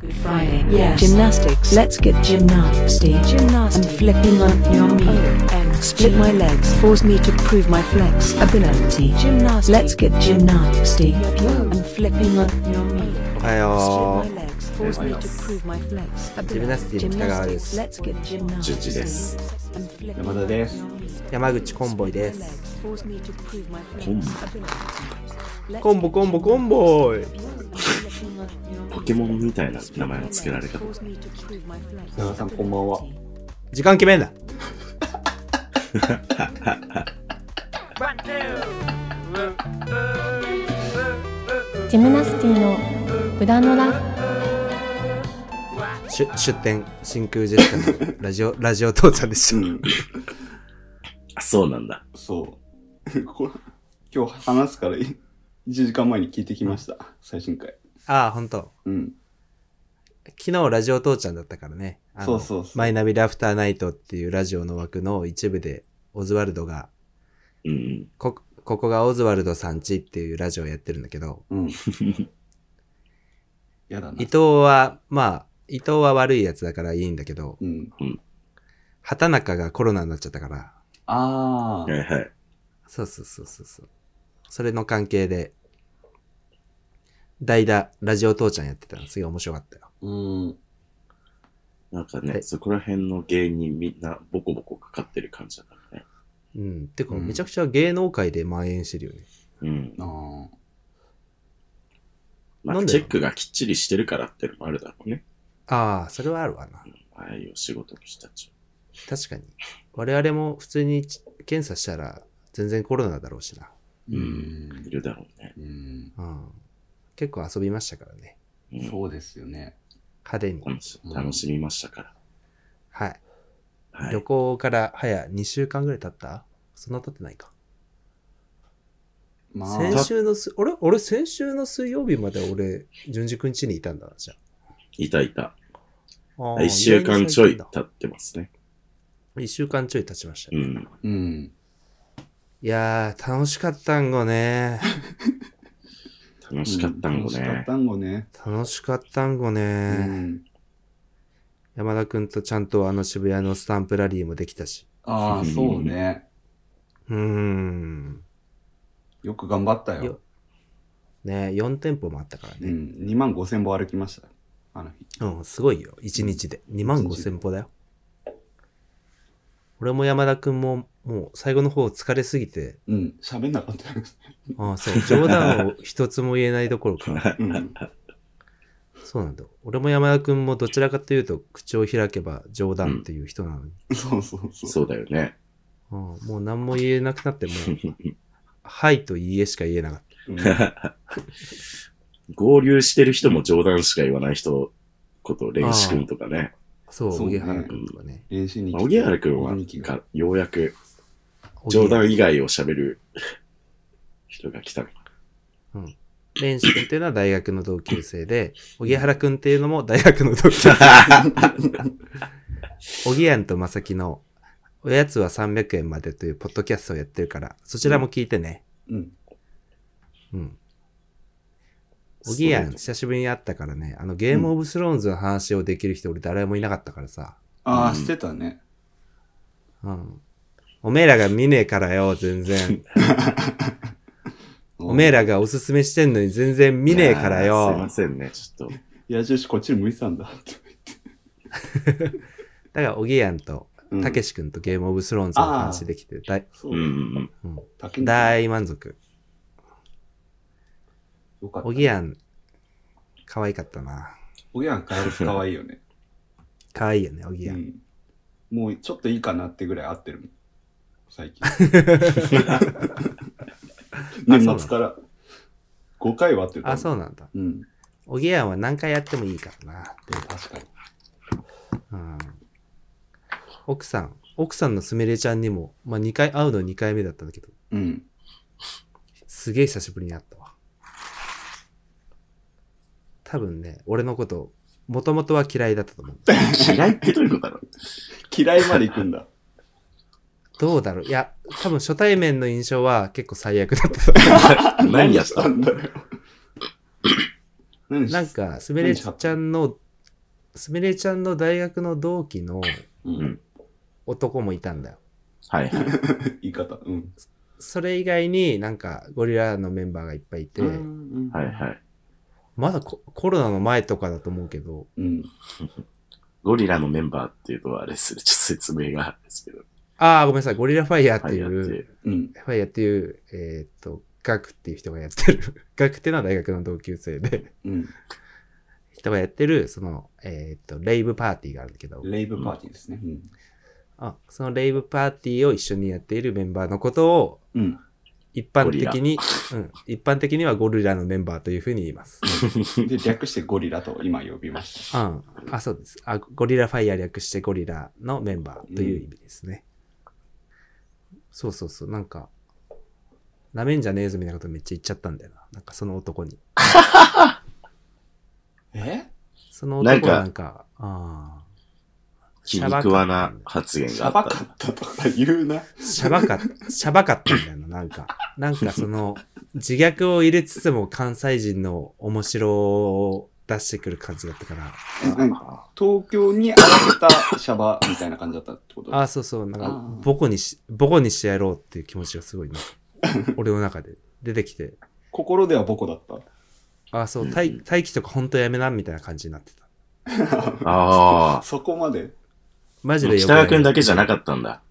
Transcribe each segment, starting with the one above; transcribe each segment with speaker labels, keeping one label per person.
Speaker 1: Good Friday. Yes. Gymnastics. Let's get gymnastics. Gymnastics. I'm flipping on your meat. Split my legs. Force me to prove my flexibility. Gymnastics. Let's get gymnastics. I'm flipping on your meat.
Speaker 2: おはよ
Speaker 1: Split my legs. Force me to prove my flexibility.
Speaker 2: ジムナスティの北川です。
Speaker 1: Let's get gymnastics.
Speaker 3: ジュッチです。
Speaker 1: I'm flipping
Speaker 3: 山田です
Speaker 1: on your meat.
Speaker 2: う山口コンボイです
Speaker 1: Legs. Force me to prove my
Speaker 3: コンボ
Speaker 1: flexibility.
Speaker 2: コンボコンボコンボイ
Speaker 1: Let's-
Speaker 3: ポケモンみたいな名前を付けられた。
Speaker 1: 長さんこんばんは。
Speaker 2: 時間決めんだ
Speaker 4: ジムナスティの裏のラ
Speaker 2: 出出店真空ジェシカの ラジオラジオ父ちゃんでし
Speaker 5: う
Speaker 2: た
Speaker 5: ん、
Speaker 3: あ、そうなんだ。
Speaker 5: そう。 こ今日話すからい1時間前に聞いてきました。最新回。
Speaker 2: ああ本当
Speaker 5: うん。
Speaker 2: 昨日ラジオ父ちゃんだったからねあの
Speaker 5: そうそうそう
Speaker 2: マイナビラフターナイトっていうラジオの枠の一部でオズワルドが
Speaker 3: うん。
Speaker 2: こここがオズワルドさんちっていうラジオをやってるんだけど
Speaker 5: うん。やだな
Speaker 2: 伊。藤はまあ伊藤は悪いやつだからいいんだけど
Speaker 5: うん。
Speaker 2: 畑中がコロナになっちゃったから
Speaker 5: あ
Speaker 3: は
Speaker 5: ー。
Speaker 3: いはい。
Speaker 2: そうそうそうそうそう。それの関係で、代打、ラジオ父ちゃんやってたのすごい面白かったよ。
Speaker 5: うん。
Speaker 3: なんか
Speaker 2: は
Speaker 3: ね、
Speaker 2: い
Speaker 3: そこら辺の芸人みんなボコボコかかってる感じだからね。
Speaker 2: うん。てか、
Speaker 5: うん
Speaker 2: めちゃくちゃ芸能界で蔓延してるよね。
Speaker 3: うん。
Speaker 5: あー
Speaker 3: ま
Speaker 2: なんで
Speaker 3: あ、チェックがきっちりしてるからってのもあるだろうね。
Speaker 2: ああ、それはあるわな。
Speaker 3: ああいう仕事の人たち
Speaker 2: 確かに。我々も普通にち検査したら全然コロナだろうしな。
Speaker 5: う
Speaker 3: は
Speaker 5: ん
Speaker 3: い。るだろうね。
Speaker 5: うん。
Speaker 2: うん。結構遊びましたからね。
Speaker 3: うん
Speaker 5: そうですよね。
Speaker 2: 派手に。
Speaker 3: 楽し
Speaker 5: うん
Speaker 3: 楽しみましたから。
Speaker 2: はい。
Speaker 3: はい。
Speaker 2: 旅行から早2週間ぐらい経ったそんな経ってないか。
Speaker 5: まあ、
Speaker 2: 先週のす、俺、俺先週の水曜日まで俺、順次くん家にいたんだな、じゃ
Speaker 3: いたいた。
Speaker 2: あ。ああ
Speaker 3: 一週間ちょ
Speaker 2: 意外に最
Speaker 3: い
Speaker 2: 近だ
Speaker 3: 経ってますね。
Speaker 2: 一週間ちょい経ちました
Speaker 3: う
Speaker 2: ね。
Speaker 3: ん。
Speaker 5: うん。
Speaker 2: いやー、楽しかったんごね。
Speaker 3: 楽しかったんご
Speaker 5: うん楽しかっ
Speaker 3: ね。
Speaker 5: たんごね。
Speaker 2: 楽しかったんごね。
Speaker 5: うん。
Speaker 2: 山田くんとちゃんとあの渋谷のスタンプラリーもできたし。
Speaker 5: ああ、そうね。
Speaker 2: うーん。
Speaker 5: よく頑張った
Speaker 2: よ
Speaker 5: よ。
Speaker 2: ね4店舗もあったから
Speaker 5: う
Speaker 2: ね。
Speaker 5: ん。2万5千歩歩きました。あの日。
Speaker 2: うん、すごいよ。1日で。2万5千歩だよ。俺も山田くんも、もう最後の方疲れすぎて、
Speaker 5: うん。喋んなかったよ。
Speaker 2: ああ、そう、冗談を一つも言えないどころか。
Speaker 5: うん。
Speaker 2: そうなんだ。俺も山田くんもどちらかというと、口を開けば冗談っていう人なのに。
Speaker 5: そうそうそう。
Speaker 3: そうだよね。
Speaker 2: うん、もう何も言えなくな って、もう、はいといいえしか言えなかっ
Speaker 5: うん
Speaker 3: 合流してる人も冗談しか言わない人こと、レンシ君とかね。
Speaker 2: た。そう、
Speaker 5: そうね
Speaker 2: 荻原くんとかね。
Speaker 5: 練習に
Speaker 3: まあ、荻原君は
Speaker 5: 荻原
Speaker 3: か、ようやく冗談以外を喋る人が来たのか。
Speaker 2: 蓮司くんっていうのは大学の同級生で、荻原くんっていうのも大学の同級生。 荻原と正樹の、おやつは300円までというポッドキャストをやってるから、そちらも聞いてね。
Speaker 5: うん。
Speaker 2: うん。おぎやん、久しぶりに会ったからね、あの、ゲームオブスローンズの話をできる人、俺誰もいなかったからさ。
Speaker 5: あ
Speaker 3: う
Speaker 5: あ、
Speaker 3: ん
Speaker 5: してたね。
Speaker 2: うん。おめえらが見ねえからよ、全 然。おめえ
Speaker 5: ら。
Speaker 2: らがおすすめしてんのに全然見ねえから
Speaker 3: いやーすい
Speaker 2: よ
Speaker 3: ま。せんね、ちょっと。
Speaker 5: 矢印こっちに向いてたんだって。
Speaker 2: だから、おぎやんと、
Speaker 5: うん
Speaker 2: たけし君とゲームオブスローンズの話できて、大、
Speaker 5: そううん
Speaker 3: う。ん
Speaker 2: うん、
Speaker 5: たけん
Speaker 2: 大満足。
Speaker 5: よかった。
Speaker 2: おぎやん、可愛かったな。
Speaker 5: おぎやんカエルかわいいよね。
Speaker 2: 可 愛いよね、おぎや。
Speaker 5: うんんもうちょっといいかなってぐらい合ってるもん。最近。年末から。5回は合ってると思
Speaker 2: あ、そうなんだ。
Speaker 5: う。うん。
Speaker 2: おぎやんは何回やってもいいからな。
Speaker 5: 確かに。
Speaker 2: うん奥さん、奥さんのすみれちゃんにも、まあ、2回、会うの2回目だったんだけど、
Speaker 5: うん。
Speaker 2: すげえ久しぶりに会ったわ。多分ね、俺のこと、もともとは嫌いだったと思う。
Speaker 3: うん。嫌いってどういうことだろう
Speaker 5: 嫌いまで行くん だ。
Speaker 2: どうだろういや、多分初対面の印象は結構最悪だったと思
Speaker 3: 何やった
Speaker 5: んだよ。何
Speaker 2: う。
Speaker 5: し
Speaker 2: なんか、すみれちゃんのすみれちゃんの大学の同期の
Speaker 5: うん。
Speaker 2: 男もいたんだよ。
Speaker 3: はいはい。
Speaker 5: 言い方。うん。
Speaker 2: それ以外になんかゴリラのメンバーがいっぱいいて、
Speaker 5: うん
Speaker 3: はいはい。
Speaker 2: まだココロナの前とかだと思うけど、
Speaker 5: うん。
Speaker 3: ゴリラのメンバーっていうのはあれですね、ちょっと説明があるんですけど。
Speaker 2: ああ、ごめんなさい、ゴリラファイヤーってい
Speaker 3: はいやって
Speaker 2: う、
Speaker 3: る
Speaker 5: うん。
Speaker 2: ファイヤーっていう、えーっと、ガクっていう人がやってる、 ガクっていうのは大学の同級生で、
Speaker 5: うん。
Speaker 2: 人がやってる、その、えーっと、レイブパーティーがあるんだけど、
Speaker 5: レイブパーティーですね。うん。
Speaker 2: あそのレイブパーティーを一緒にやっているメンバーのことを、
Speaker 5: うん。
Speaker 2: 一般的に、うん、一般的にはゴリラのメンバーというふうに言います。
Speaker 5: で、略してゴリラと今呼びまし
Speaker 2: うん。あ、そうです。あ、ゴリラファイヤー略してゴリラのメンバーという意味ですね。そうそうそう。なんか、なめんじゃねえぞみたいなことめっちゃ言っちゃったんだよな。なんかその男に。
Speaker 5: た。え
Speaker 2: その男はな
Speaker 3: なん
Speaker 2: か、あ
Speaker 3: 気に食わな発言
Speaker 5: シ
Speaker 3: があ
Speaker 5: ャ
Speaker 3: った
Speaker 5: バ
Speaker 3: んで。
Speaker 5: かったとか言うな。
Speaker 2: あ、しゃばか、しゃばかったんだよな、なんか。なんかその、自虐を入れつつも関西人の面白を出してくる感じだったから。
Speaker 5: なんか
Speaker 3: あ
Speaker 5: 東京に合わせたシャバみたいな感じだったってこと
Speaker 2: ああ、そうそう、なん
Speaker 5: あ
Speaker 2: か
Speaker 5: ー、
Speaker 2: ボコにし、ボコにしてやろうっていう気持ちがすご い、ね、俺の中で出てきて。
Speaker 5: 心ではボコだった。
Speaker 2: あ、そう、
Speaker 3: うん
Speaker 2: 待待機とか本当やめな、みたいな感じになってた。
Speaker 3: あ
Speaker 5: そこまで。
Speaker 2: マジ
Speaker 3: ー。
Speaker 2: で
Speaker 3: 北川くんだけじゃな
Speaker 2: っ
Speaker 3: かったんだ。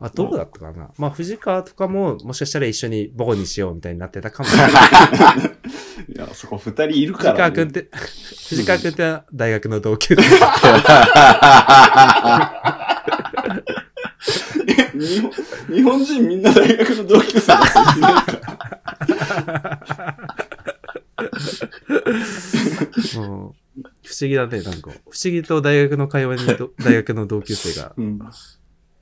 Speaker 2: た。あ、どうだったかな。まあ、藤川とかも、もしかしたら一緒にボコにしようみたいになってたか もしれない。
Speaker 5: いや、そこ二人いる
Speaker 2: 藤
Speaker 5: から、
Speaker 2: 川くん
Speaker 5: ね
Speaker 2: っ。 て、藤川くんって大学の同級生。
Speaker 5: 日本日本人みんな大学の同級生だったなんか
Speaker 2: うん不思議だね、なんか。不思議と大学の会 話にど、大学の同級生が
Speaker 5: うん。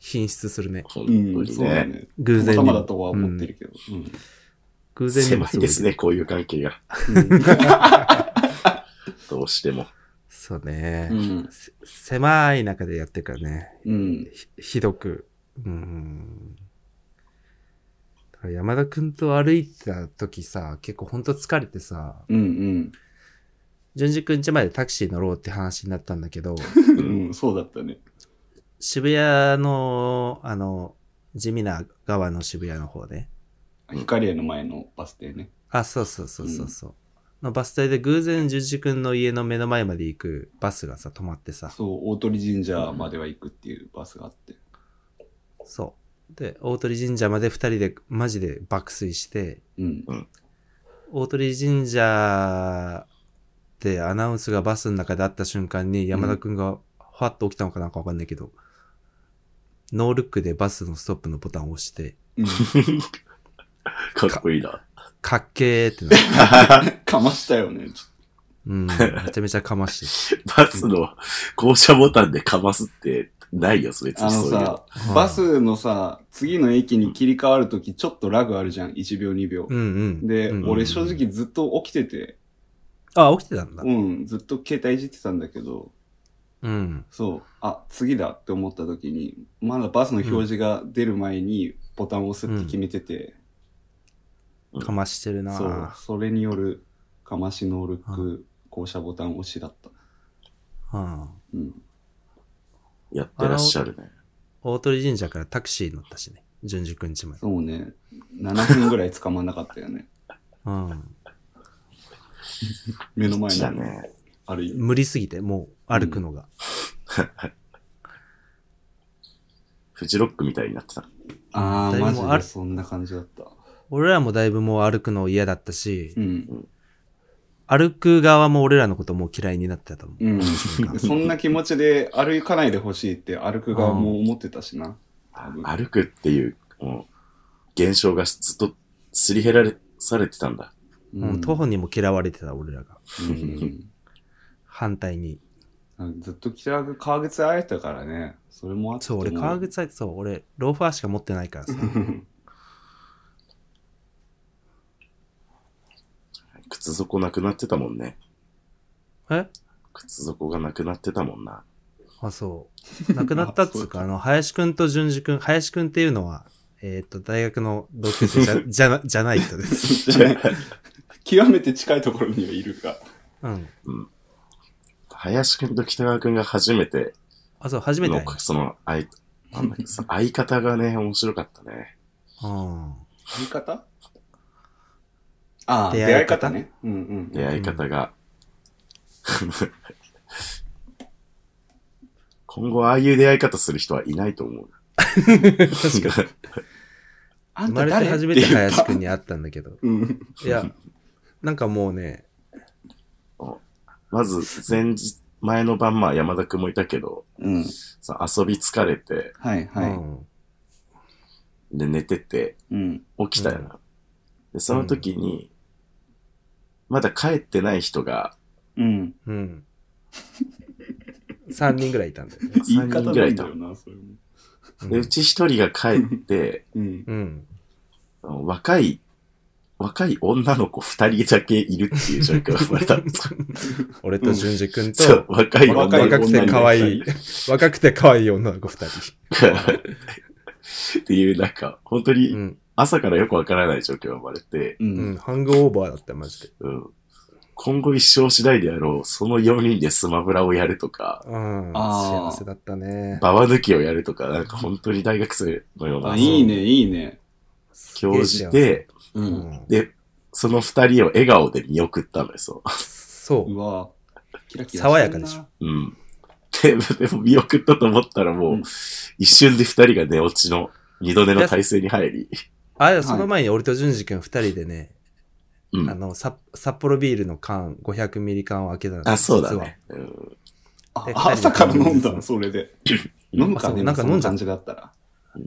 Speaker 2: 品質するね。
Speaker 3: 本
Speaker 5: う
Speaker 3: 当
Speaker 5: ん、
Speaker 3: に
Speaker 5: そうだ
Speaker 3: ね。
Speaker 5: ね。
Speaker 2: 偶然に
Speaker 5: た
Speaker 2: も。
Speaker 5: まだとは思ってるけど。うん。
Speaker 2: うん偶然にも
Speaker 3: 狭
Speaker 2: す
Speaker 3: い
Speaker 2: ごい
Speaker 3: ですね、こういう関係が。 どうしても。
Speaker 2: そうね
Speaker 5: う。ん。
Speaker 2: せ狭い中でやってるからね。
Speaker 5: うん。
Speaker 2: ひひどく。うん。だから山田くんと歩いてた時さ、結構ほんと疲れてさ、
Speaker 5: うん。うん。
Speaker 2: 淳二くん家までタクシー乗ろうって話になったんだけど、
Speaker 5: うん。そうだったね。
Speaker 2: 渋谷の、あの、地味な側の渋谷の方ね。
Speaker 5: 光栄の前のバス停ね。
Speaker 2: あ、そうそうそうそうそう。のバス停で偶然淳二くんの家の目の前まで行くバスがさ、止まってさ、
Speaker 5: そう、大鳥神社までは行くっていうバスがあって。
Speaker 2: そう。で、大鳥神社まで二人でマジで爆睡して、
Speaker 5: うん。
Speaker 2: 大鳥神社ってアナウンスがバスの中であった瞬間に山田くんがファッと起きたのかなんかわかんないけど、ノールックでバスのストップのボタンを押して、
Speaker 5: うん。
Speaker 3: かっこいいな。
Speaker 2: かっけーって なる。
Speaker 5: かましたよね。
Speaker 2: うん。めちゃめちゃかまして
Speaker 3: バスの降車ボタンでかますってないよ、別
Speaker 5: あ
Speaker 3: に
Speaker 5: の
Speaker 3: そういうの。
Speaker 5: さ、バスのさ、次の駅に切り替わるとき、ちょっとラグあるじゃん。1秒、2秒
Speaker 2: る。。うんうん。
Speaker 5: で、
Speaker 2: うん
Speaker 5: 俺正直ずっと起きてて、
Speaker 2: あ、起きてたんだ。
Speaker 5: うん、ずっと携帯いじってたんだけど、
Speaker 2: うん。
Speaker 5: そう、あ、次だって思ったときに、まだバスの表示が出る前にボタンを押すって決めてて、
Speaker 2: かましてるな
Speaker 5: そう
Speaker 2: ぁ、
Speaker 5: それによる、かましノールック、降車ボタン押しだった。
Speaker 2: うん。
Speaker 5: うん。
Speaker 3: やってらっしゃるね。
Speaker 2: 大鳥神社からタクシー乗ったしね。順次くんちまで。
Speaker 5: そうね、7分ぐらい捕まんなかったよね。
Speaker 2: うん。
Speaker 5: 目の前
Speaker 3: し
Speaker 5: に
Speaker 3: たね。
Speaker 5: ある意味。
Speaker 2: 無理すぎて、もう歩くのが。
Speaker 3: フジロックみたいになってた。
Speaker 5: あ
Speaker 2: だ
Speaker 5: ー、
Speaker 2: いぶ
Speaker 5: マ
Speaker 2: もう
Speaker 5: ジ
Speaker 2: あ
Speaker 5: で
Speaker 2: る
Speaker 5: そんな感じだった。
Speaker 2: 俺らもだいぶもう歩くの嫌だったし、
Speaker 5: うん。
Speaker 2: 歩く側も俺らのこともう嫌いになってたと思う。
Speaker 5: うん。 そんな気持ちで歩かないでほしいって歩く側も思ってたしな。多分
Speaker 3: 歩くっていう、もう、現象がずっとすり減られ、されてたんだ。
Speaker 2: もう徒歩にも嫌われてた俺らが。
Speaker 5: うん
Speaker 2: 反対に。
Speaker 5: うんずっと北川川口会えたからね。それもあって。
Speaker 2: そう、俺革。靴履いて、そう、俺、ローファーしか持ってないからさ。
Speaker 3: 靴底なくなってたもんね。
Speaker 2: え
Speaker 3: 靴底がなくなってたもんな。
Speaker 2: あ、そう。亡くなったっつう か、あの、林くんと淳二くん、林くんっていうのは、えっ、と、大学の同級生じ ゃじゃなじゃない人です。
Speaker 5: じゃあ極めて近いところにはいるが。
Speaker 2: うん。
Speaker 3: 林くんと北川くんが初めて
Speaker 2: あ、そう、初めて
Speaker 3: の
Speaker 2: ね。、
Speaker 3: その、あい、なんだっけ、その相方がね、面白かったね。
Speaker 2: うん。
Speaker 5: 言い方ああ、
Speaker 2: 出
Speaker 5: 出
Speaker 2: 会
Speaker 5: 会
Speaker 2: い
Speaker 5: い
Speaker 2: 方
Speaker 5: 方ね。うんうん。
Speaker 3: で、相方が。 今後、ああいう出会い方する人はいないと思う。確かに。
Speaker 5: あ
Speaker 2: 生
Speaker 5: ん
Speaker 2: ま
Speaker 5: た
Speaker 2: れて
Speaker 5: 誰
Speaker 2: 初めて林くん
Speaker 5: に。
Speaker 2: に会ったんだけど。
Speaker 5: うん。
Speaker 2: いや、なんかもうね、
Speaker 3: まず、前日、前の晩、まあ、山田くんもいたけど、
Speaker 5: うん。
Speaker 3: その遊び疲れて、
Speaker 5: はいは
Speaker 2: う
Speaker 5: い。
Speaker 2: ん
Speaker 3: で、寝てて、
Speaker 5: うん。
Speaker 3: 起きたよな。で、その時に、まだ帰ってない人が、
Speaker 5: うん。
Speaker 2: うん。3人ぐらいいたんだよね。
Speaker 5: 言い方
Speaker 3: 3
Speaker 5: な
Speaker 3: 人
Speaker 5: ん
Speaker 3: ぐ
Speaker 5: だ
Speaker 3: らいいた
Speaker 5: よ。な、それも。
Speaker 2: うん
Speaker 3: で、うち1人が帰って、
Speaker 5: うん。
Speaker 2: うん。
Speaker 3: あの若い、若い女の子二人だけいるっていう状況が生まれたんですよ
Speaker 2: 俺と淳二君
Speaker 3: そう
Speaker 2: と、、
Speaker 3: 若い
Speaker 2: 若
Speaker 3: 女
Speaker 2: い
Speaker 3: の
Speaker 2: 若
Speaker 3: 子
Speaker 2: くて可愛い、 若くて可愛い女の子2人。
Speaker 3: がっていう、なんか、本当
Speaker 2: う
Speaker 3: に
Speaker 2: ん。
Speaker 3: 朝からよくわからない状況が生まれて、
Speaker 5: う
Speaker 2: うんん。。ハングオーバーだった、マジで。
Speaker 3: うん今後一生次第であろう、その4人でスマブラをやるとか、
Speaker 2: うん。
Speaker 5: あー
Speaker 2: 幸せだったね。
Speaker 3: ババ抜きをやるとか、なんか本当に大学生のよう
Speaker 5: あ、
Speaker 3: ない
Speaker 5: いね、いいね。
Speaker 3: 教授で、
Speaker 5: う。
Speaker 2: うんん。
Speaker 3: で、その二人を笑顔で見送ったのよ、そう。
Speaker 2: そう
Speaker 5: わキラキラしてんな
Speaker 2: 爽やかでしょ。
Speaker 3: うん。で、でも見送ったと思ったらもう、
Speaker 5: うん
Speaker 3: 一瞬で二人が寝落ちの、二度寝の体勢に入り、
Speaker 2: う。あ、その前に俺と淳二君2人でね、
Speaker 3: う
Speaker 2: あ
Speaker 3: ん。
Speaker 2: の、さ札幌ビールの缶、500ミリ缶を開けたの
Speaker 3: あ、そうだ
Speaker 2: 実は
Speaker 3: ね。うん
Speaker 5: あ
Speaker 2: で、
Speaker 5: 朝から飲んだ
Speaker 2: うん
Speaker 5: の、それで。飲むか
Speaker 2: あそ
Speaker 5: ね、
Speaker 2: うなんか飲んじゃ
Speaker 5: そ
Speaker 2: っ
Speaker 5: 感じだったら。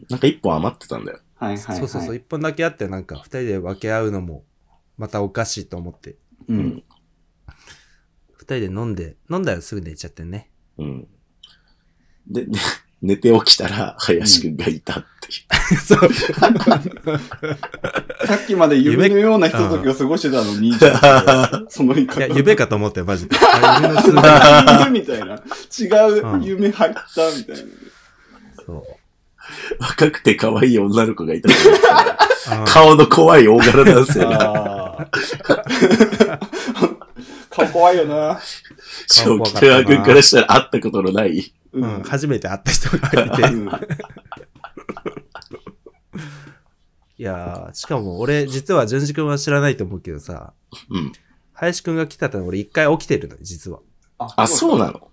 Speaker 3: なんか一本余ってたんだよ。
Speaker 5: はいはいはい。
Speaker 2: そうそうそう、一本だけあって、なんか二人で分け合うのも、またおかしいと思って、
Speaker 5: うん。
Speaker 2: 二人で飲んで、飲んだらすぐ寝ちゃってね。
Speaker 3: うん。で、 ね寝て起きたら、林くんがいたって
Speaker 2: そう。
Speaker 5: さっきまで夢のようなひとときを過ごしてたのに、 その言い
Speaker 2: い
Speaker 5: 方
Speaker 2: や、。 夢かと思って、マ ジで。あ夢の続きだ
Speaker 5: みたいな。違う夢入ったみたい
Speaker 2: そう。
Speaker 3: いう。若くて可愛い女の子がいたと思ったら。
Speaker 2: あー
Speaker 3: 顔の怖い大柄男性
Speaker 5: な。
Speaker 3: が
Speaker 5: ああ。 顔怖いよな。
Speaker 2: 顔
Speaker 3: 正
Speaker 2: 怖
Speaker 3: 気
Speaker 2: かったな
Speaker 3: 川君からしたら会ったことのない。
Speaker 5: う
Speaker 2: うん、初めて会った人がいて。
Speaker 5: うん
Speaker 2: いやー、しかも俺、実は淳二君は知らないと思うけどさ、
Speaker 3: うん。
Speaker 2: 林君が来たら俺一回起きてるのよ、実は。
Speaker 3: あ、そうなの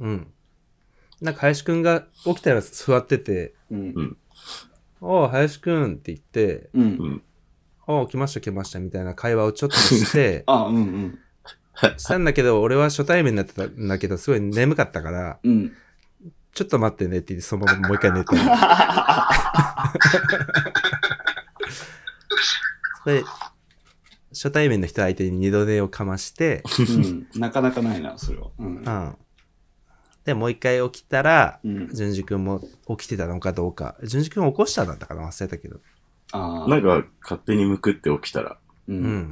Speaker 2: うん。なんか林君が起きたら座ってて、
Speaker 5: うん。
Speaker 2: おう、林君って言って、
Speaker 5: うん。
Speaker 2: お来ました来ましたみたいな会話をちょっとして
Speaker 5: あ、うんうん。
Speaker 2: したんだけど俺は初対面だったんだけどすごい眠かったから
Speaker 5: うん。
Speaker 2: ちょっと待ってねって言ってそのままもう一回寝てるそれ初対面の人相手に二度寝をかまして、
Speaker 5: うん。なかなかないな、それは。うん
Speaker 2: う。ん、でもう一回起きたら
Speaker 5: うん。
Speaker 2: 淳二君も起きてたのかどうか淳二君起こしたんだったかな忘れたけど
Speaker 5: あ
Speaker 3: な
Speaker 5: あ。
Speaker 3: んか勝手にむくって起きたら。
Speaker 5: う。
Speaker 2: うん
Speaker 5: うん
Speaker 2: ん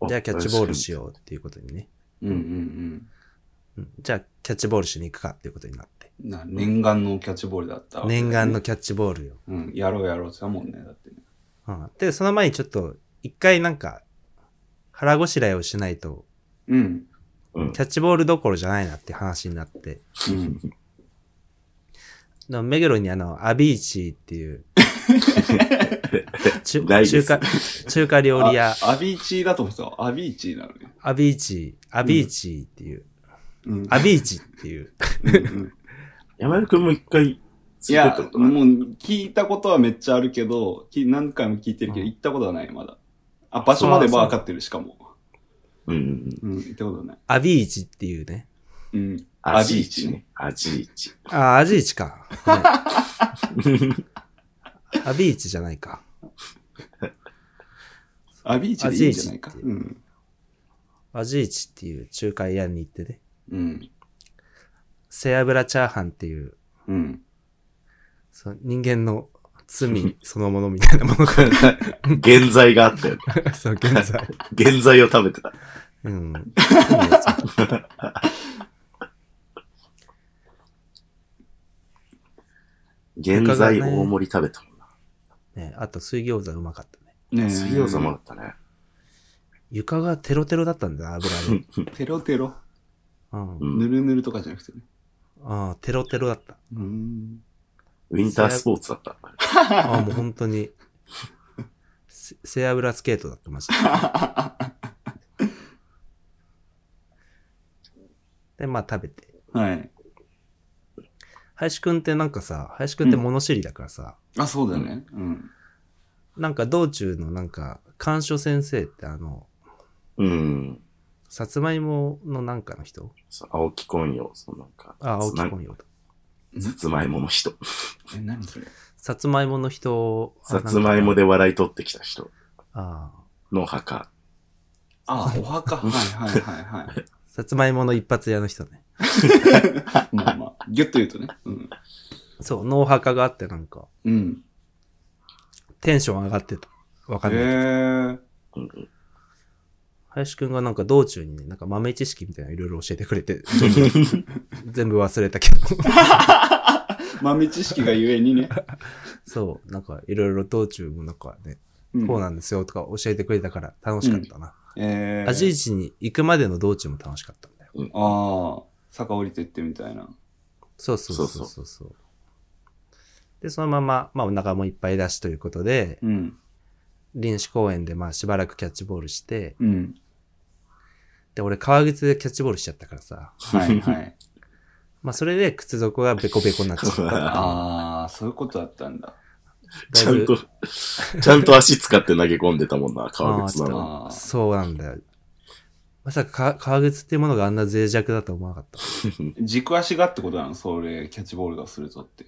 Speaker 3: うん。
Speaker 2: じゃあキャッチボールしようっていうことにね、
Speaker 5: うんうん。
Speaker 2: うん、じゃあキャッチボールしに行くかっていうことになって
Speaker 5: な念願のキャッチボールだったわけだよね、
Speaker 2: 念願のキャッチボールよ。
Speaker 5: うん、やろうやろうってだもんね、だってね。
Speaker 2: うん、で、その前にちょっと、一回なんか、腹ごしらえをしないと、
Speaker 5: うん。
Speaker 3: うん
Speaker 2: キャッチボールどころじゃないなって話になって、
Speaker 5: うん。
Speaker 2: でも目黒にあの、アビーチって いう、中
Speaker 3: ないで
Speaker 2: 中
Speaker 3: す
Speaker 2: 華、中華料理屋、
Speaker 5: あアビーチーだと思ってた。アビーチーなのね。
Speaker 2: アビーチ、アビーチっていう、
Speaker 5: うん。
Speaker 2: アビーチっていう、
Speaker 5: うん
Speaker 3: 山田くんも一回、
Speaker 5: いや、もう聞いたことはめっちゃあるけど、き何回も聞いてるけ
Speaker 2: う
Speaker 5: ど、
Speaker 2: ん
Speaker 5: 行ったことはない、まだ。あ、場所までは分かってる、しかも。
Speaker 3: うんうんうん。
Speaker 5: うん、行ったことはない。
Speaker 2: アビーチっていうね。
Speaker 5: うん。
Speaker 3: ア
Speaker 5: ア
Speaker 3: ジ
Speaker 5: ジ
Speaker 3: イ
Speaker 5: イ
Speaker 3: チ
Speaker 5: チ
Speaker 3: ね
Speaker 5: ね。
Speaker 3: アジイチ。
Speaker 2: あ、アジーチか。 ねアビーチじゃないか。
Speaker 5: アビーチーでいいんじゃないか。
Speaker 2: アビーチ
Speaker 5: うん。
Speaker 2: アジーチっていう中華屋に行ってね、
Speaker 5: うん。
Speaker 2: 背脂チャーハンっていう、
Speaker 5: うん。
Speaker 2: その人間の 罪そのものみたいなものが、
Speaker 3: 現在があったよ ね。
Speaker 2: そう、現 在。
Speaker 3: 現在を食べてた。
Speaker 2: うん。
Speaker 3: 現在大盛り食べたもんな。
Speaker 2: ね、あと、水餃子うまかったね。
Speaker 5: ねえ。
Speaker 3: 水餃子もあったね。
Speaker 2: 床がテロテロだったんだな、油で。
Speaker 5: テロテロ。
Speaker 2: うん。
Speaker 3: うん
Speaker 5: ぬるぬるとかじゃなくてね。
Speaker 2: ああ、テロテロだった。
Speaker 5: うん。
Speaker 3: ウィンタースポーツだった。
Speaker 2: ああ、もう本当に。せ背脂スケートだった、マジで。で、まあ食べて。
Speaker 5: はい。
Speaker 2: 林くんってなんかさ、林くんって物知りだからさ、
Speaker 5: あ、そうだよね。うん。
Speaker 2: なんか道中のなんか、鑑賞先生ってあの、
Speaker 3: うん。
Speaker 2: さつまいものなんかの人
Speaker 3: そう青木昆陽、そのなんか、
Speaker 2: あ、青木
Speaker 3: な
Speaker 2: 昆陽と。
Speaker 3: さつまいもの人。
Speaker 5: え、何それ
Speaker 2: さつまいもの人を
Speaker 3: さつまいも。で笑い取ってきた人
Speaker 2: ああ。
Speaker 3: の墓。
Speaker 5: あ、お墓。はいはいはいはい。
Speaker 2: さつまいもの一発屋の人ね。
Speaker 5: まあまあ、ぎゅっと言うとね。うん。
Speaker 2: そう、脳波化があってなんか、
Speaker 5: うん。
Speaker 2: テンション上がってた。わ
Speaker 5: へ
Speaker 2: かんない。
Speaker 5: え。
Speaker 3: うん
Speaker 2: 林くんがなんか道中にね、なんか豆知識みたいなのいろいろ教えてくれて、 全部忘れたけど。
Speaker 5: 豆知識がゆえにね。
Speaker 2: そう、なんかいろいろ道中もなんかね、
Speaker 5: うん
Speaker 2: こうなんですよとか教えてくれたから楽しかったな。
Speaker 5: えー、
Speaker 2: アジイチに行くまでの道中も楽しかったんだよ。
Speaker 5: ああ、坂降りてってみたいな。
Speaker 2: そうそうそうそうそうで、そのまま、まあお腹もいっぱい出しということで、
Speaker 5: うん。
Speaker 2: 臨死公園でまあしばらくキャッチボールして、
Speaker 5: うん。
Speaker 2: で、俺革靴でキャッチボールしちゃったからさ、
Speaker 5: はい はい。
Speaker 2: まあそれで靴底がベコベコになっちゃったっていう。
Speaker 5: ああ、そういうことだったんだ。
Speaker 3: ちゃんと、 ちゃんと足使って投げ込んでたもんな、革靴な
Speaker 2: あーちょっ
Speaker 3: の
Speaker 2: と
Speaker 3: に。
Speaker 5: あー
Speaker 2: そうなんだよ。まさかか革靴っていうものがあんな脆弱だとは思わなかっ
Speaker 5: 軸足がってことなのそれ、キャッチボールがするとって。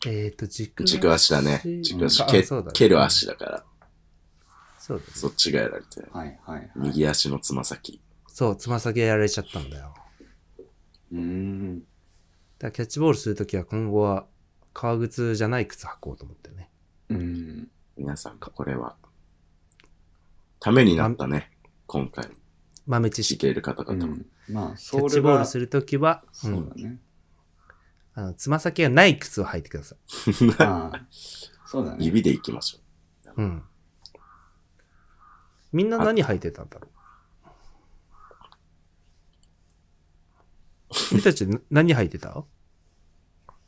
Speaker 2: た。えっ、と、軸
Speaker 3: 軸足だね。軸足、
Speaker 2: あ
Speaker 3: 蹴
Speaker 2: そうだね
Speaker 3: 蹴る足だから、
Speaker 2: そうだね
Speaker 3: そっちがやられて。
Speaker 5: はいはいはい。
Speaker 3: 右足のつま先。
Speaker 2: そう、つま先やられちゃったんだよ。だか
Speaker 5: うーん。
Speaker 2: らキャッチボールするときは今後は革靴じゃない靴履こうと思ってね。
Speaker 5: うん。
Speaker 3: 皆さん、これは、ためになったね。今回、
Speaker 2: 豆知
Speaker 3: 聞い
Speaker 2: 識。
Speaker 3: ている方
Speaker 5: う
Speaker 3: 々も。
Speaker 5: ん、まあ、
Speaker 2: キ
Speaker 5: そ
Speaker 2: ャッチ
Speaker 5: れ
Speaker 2: ボール
Speaker 5: は、
Speaker 2: す
Speaker 5: そう
Speaker 2: るときは、う
Speaker 5: だ
Speaker 2: ん、
Speaker 5: ね。
Speaker 2: あの、つま先がない靴を履いてください。
Speaker 5: ああ、そうだね。
Speaker 3: 指で行きましょ
Speaker 2: うん。みんな何履いてたんだろう君たちな何履いてた
Speaker 3: う。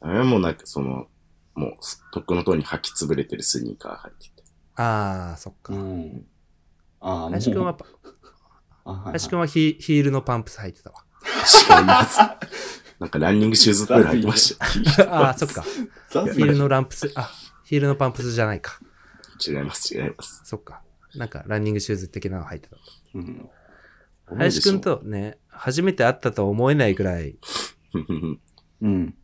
Speaker 3: あれはもうなんか、その、もう、とっくの塔に履き潰れてるスニーカー履いてて。
Speaker 2: ああ、そっか
Speaker 5: う。ん。ああ、
Speaker 2: 林くんは
Speaker 5: もう、
Speaker 2: パ、
Speaker 5: あはいはい
Speaker 2: 林くんはヒヒールのパンプス履いてたわ。
Speaker 3: 違い ます。なんか、ランニングシューズっぽいの履いてましたよ。
Speaker 2: ああ、そっか。
Speaker 5: ザ
Speaker 2: ヒールのランプス、あ、ヒールのパンプスじゃないか。
Speaker 3: 違います、違います。
Speaker 2: そっか。なんか、ランニングシューズ的なの履いてた。
Speaker 5: うん
Speaker 2: 林くんとね、初めて会ったとは思えないぐらい
Speaker 5: うん。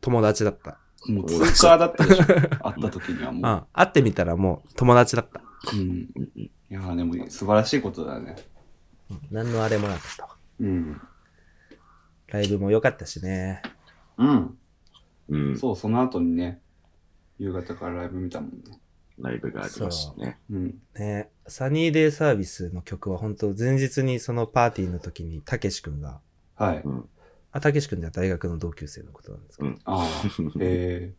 Speaker 2: 友達だった。
Speaker 5: もう、ツーカーだったでしょ。会った時には
Speaker 2: う
Speaker 5: もう。
Speaker 2: ん。会ってみたらもう友達だった。
Speaker 5: うん。いやーでも素晴らしいことだね。
Speaker 2: 何のあれもなかったわ。
Speaker 5: うん。
Speaker 2: ライブも良かったしね。
Speaker 5: うん。
Speaker 3: うん。
Speaker 5: そう、その後にね、夕方からライブ見たもんね。
Speaker 3: ライブがありましたね。
Speaker 5: うん。
Speaker 2: ねサニーデイサービスの曲は本当前日にそのパーティーの時に、たけしくんが、
Speaker 5: はい。
Speaker 2: あ、たけしくんでは大学の同級生のことなんですけど、
Speaker 5: ああ、 え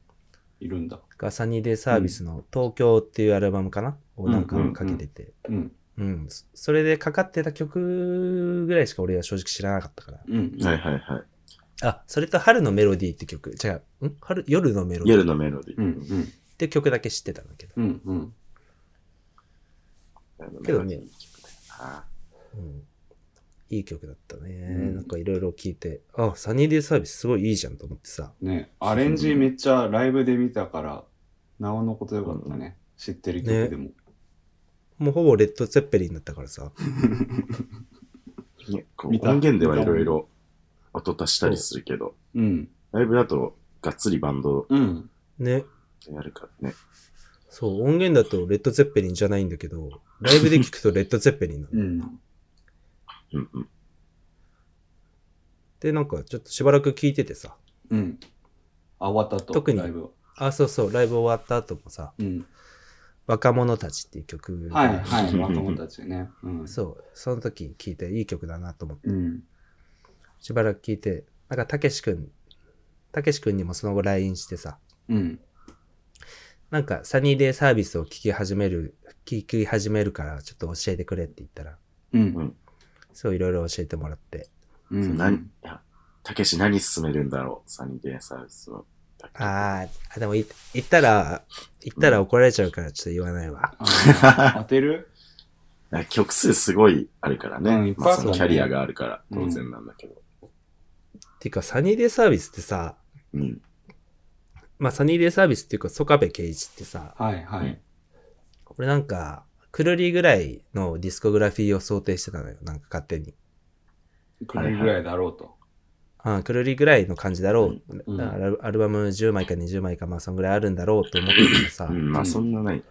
Speaker 5: ー、いるんだ。
Speaker 2: がサニーデイサービスの東京っていうアルバムかな、をなんかかけてて、
Speaker 5: うん。
Speaker 2: うん、そそれでかかってた曲ぐらいしか俺は正直知らなかったから。
Speaker 5: うん。
Speaker 3: はいはいはい。
Speaker 2: あ、それと春のメロディーって曲、違う、ん春、夜のメロディーっ
Speaker 3: 夜のメロディー。
Speaker 5: うん。うん。
Speaker 2: て曲だけ知ってたんだけど。
Speaker 5: うん。うん。
Speaker 3: 夜のメ
Speaker 2: けど
Speaker 3: ロディ
Speaker 2: ね
Speaker 3: ーあ
Speaker 2: うん、いい曲だったね。
Speaker 5: ん
Speaker 2: なんかいろいろ聴いて、あ、サニーデイサービスすごいいいじゃんと思ってさ。
Speaker 5: ねアレンジめっちゃライブで見たから、なおのことよかったね。知ってる曲でも。
Speaker 2: もうほぼレッド・ゼッペリンだったからさ。
Speaker 3: ーねこう
Speaker 5: 見た
Speaker 3: 音源ではいろいろ音足したりするけど、
Speaker 5: うん。
Speaker 3: ライブだとがっつりバンド
Speaker 5: うん。
Speaker 2: ね。
Speaker 3: でやるからね。
Speaker 2: そう、音源だとレッド・ゼッペリンじゃないんだけど、ライブで聴くとレッド・ゼッペリンなの。
Speaker 5: うん。
Speaker 3: うんうん。
Speaker 2: で、なんかちょっとしばらく聴いててさ。
Speaker 5: うん。あ、終わったと。
Speaker 2: 特に
Speaker 5: ライブは。
Speaker 2: あ、そうそう、ライブ終わった後もさ、
Speaker 5: うん。
Speaker 2: 若者たちっていう曲。
Speaker 5: はい、 はい。若者たちね。うん。
Speaker 2: そう、その時聴いていい曲だなと思って、
Speaker 5: うん。
Speaker 2: しばらく聴いて、なんかたけしくん、たけしくんにもその後 LINE してさ、
Speaker 5: うん。
Speaker 2: なんかサニーデイサービスを聴き始める、聴き始めるからちょっと教えてくれって言ったら、
Speaker 5: うん。
Speaker 2: そういろいろ教えてもらって、
Speaker 5: う。
Speaker 3: そうん何、いや、たけし何進めるんだろう、サニーデンサウスは。
Speaker 2: あーあ、でもい言ったら、言ったら怒られちゃうからちょっと言わないわ。
Speaker 5: あー 当てる
Speaker 3: なんか曲数すごいあるからね。
Speaker 5: うんいっぱい
Speaker 3: まあ
Speaker 5: あるから
Speaker 3: その
Speaker 5: ね
Speaker 3: キャリアがあるから、当然なんだけど。
Speaker 2: ていうか、サニーデイサービスってさ、
Speaker 3: うん。
Speaker 2: まあ、サニーデイサービスっていうか、ソカベケイチってさ、
Speaker 5: はいはい。
Speaker 2: 俺なんか、クルリぐらいのディスコグラフィーを想定してたのよ。なんか勝手に。
Speaker 5: これぐらいだろうと。
Speaker 2: うん、クルリぐらいの感じだろう。
Speaker 5: うん
Speaker 2: だからアルアルバム10枚か20枚か、まあ、そんぐらいあるんだろうと思ってたらさ、
Speaker 3: う
Speaker 2: い
Speaker 3: ん、まあそんなない。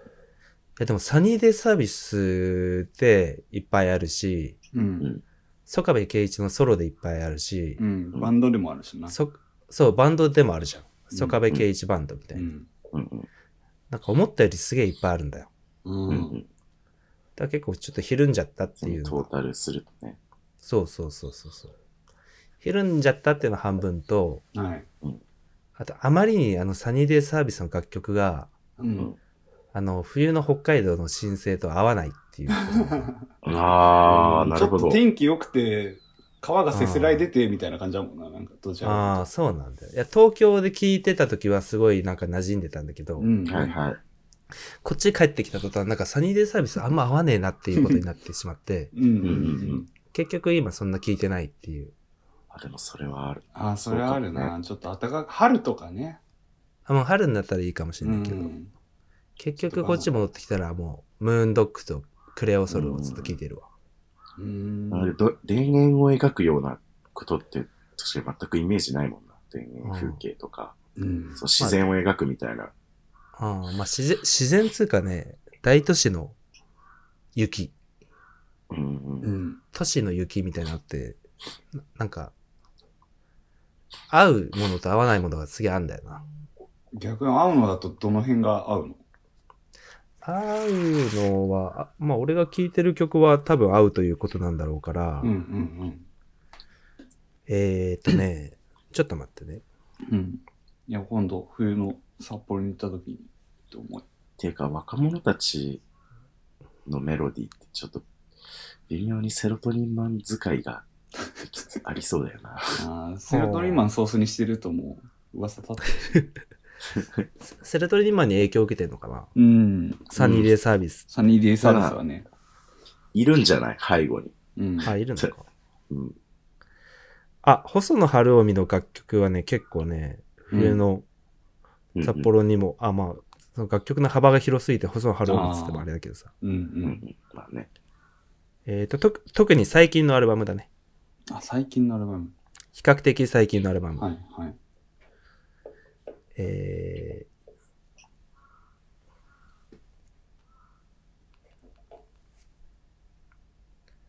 Speaker 2: や、でもサニーデイサービスっていっぱいあるし、
Speaker 5: うん。
Speaker 2: ソカベケイチのソロでいっぱいあるし、
Speaker 5: うん。バンドでもあるしな。
Speaker 2: そ、そう、バンドでもあるじゃん。ソカベケイチバンドみたいうな。
Speaker 5: ん。
Speaker 3: うん
Speaker 2: なんか思ったよりすげえいっぱいあるんだよ。
Speaker 3: うん。
Speaker 5: う。
Speaker 3: うんん
Speaker 2: だから結構ちょっとひるんじゃったって
Speaker 3: う
Speaker 2: い
Speaker 3: ん。
Speaker 2: う
Speaker 3: ト
Speaker 2: の
Speaker 3: ー
Speaker 2: が
Speaker 3: タルするとね。
Speaker 2: そうそうそうそうそう。ひるんじゃったっていうのは半分と、
Speaker 5: はい。
Speaker 2: あとあまりにあのサニーデイサービスの楽曲が、
Speaker 5: うん。
Speaker 2: あの冬の北海道の新生と合わないって いうことが
Speaker 3: ああ、なるほ
Speaker 5: ちょ
Speaker 3: ど
Speaker 5: っと。天気良くて、川がせせらい出てみたいな感じだもんな。なんか、どちらか
Speaker 2: ああ、そうなんだよ。いや、東京で聞いてた時はすごいなんか馴染んでたんだけど、
Speaker 5: というと。
Speaker 3: はいはい。
Speaker 2: こっち帰ってきた途端、なんかサニーデイサービスあんま合わねえなっていうことになってしまって、
Speaker 5: い。うん。うん
Speaker 3: うんう
Speaker 5: う
Speaker 3: んうんん。
Speaker 2: 結局今そんな聞いてないっていう。
Speaker 3: あ、でもそれはある。
Speaker 5: ああ、それはある
Speaker 3: そうか
Speaker 5: な。
Speaker 3: も
Speaker 5: ちょっと暖かく、春とかね。
Speaker 2: あ、もう春になったらいいかもしれ
Speaker 5: う
Speaker 2: ないけど、
Speaker 5: ん。
Speaker 2: 結局こっち戻ってきたらもう、ムーンドックとクレオソルをずっと聞いてるわ。
Speaker 5: うん。
Speaker 3: あれど田園を描くようなことって、確かに全くイメージないもんな。田園風景とか、
Speaker 5: うん
Speaker 3: そう自然を描くみたいな。
Speaker 2: ああ、まあ自然、自然つうかね、大都市の雪、
Speaker 3: うんう。
Speaker 5: うんん。
Speaker 2: 都市の雪みたいなのって、ななんか、合うものと合わないものが次あんだよな。
Speaker 5: 逆に合うのだとどの辺が合うの
Speaker 2: 合うのは、あまあ俺が聴いてる曲は多分合うということなんだろうから、
Speaker 5: うんうん
Speaker 2: えーっとね、ちょっと待ってね。
Speaker 5: うん。うん。いや、今度、冬の札幌に行った時に、と思う。
Speaker 3: っていうか、若者たちのメロディーってちょっと、微妙にセロトニンマン使いがありそうだよな。
Speaker 5: ああ、セロトニンマンソースにしてるともう、噂立ってる。
Speaker 2: セレトリンマンに影響を受けてんのかな
Speaker 5: うん。
Speaker 2: サニーデイサービス。
Speaker 5: サニーデイサービスはね。
Speaker 3: いるんじゃない背後に。
Speaker 5: うん。
Speaker 2: あ、いるのか。
Speaker 3: うん。
Speaker 2: あ、細野晴臣の楽曲はね、結構ね、冬の
Speaker 3: うん
Speaker 2: 札。幌にも、あ、まあ、その楽曲の幅が広すぎて細野晴臣っつってもあれだけどさ。
Speaker 5: うんう。
Speaker 3: うんん。まあね。
Speaker 2: えっ、とと、特に最近のアルバムだね。
Speaker 5: あ、最近のアルバム。
Speaker 2: 比較的最近のアルバム。
Speaker 5: はいはい。
Speaker 2: え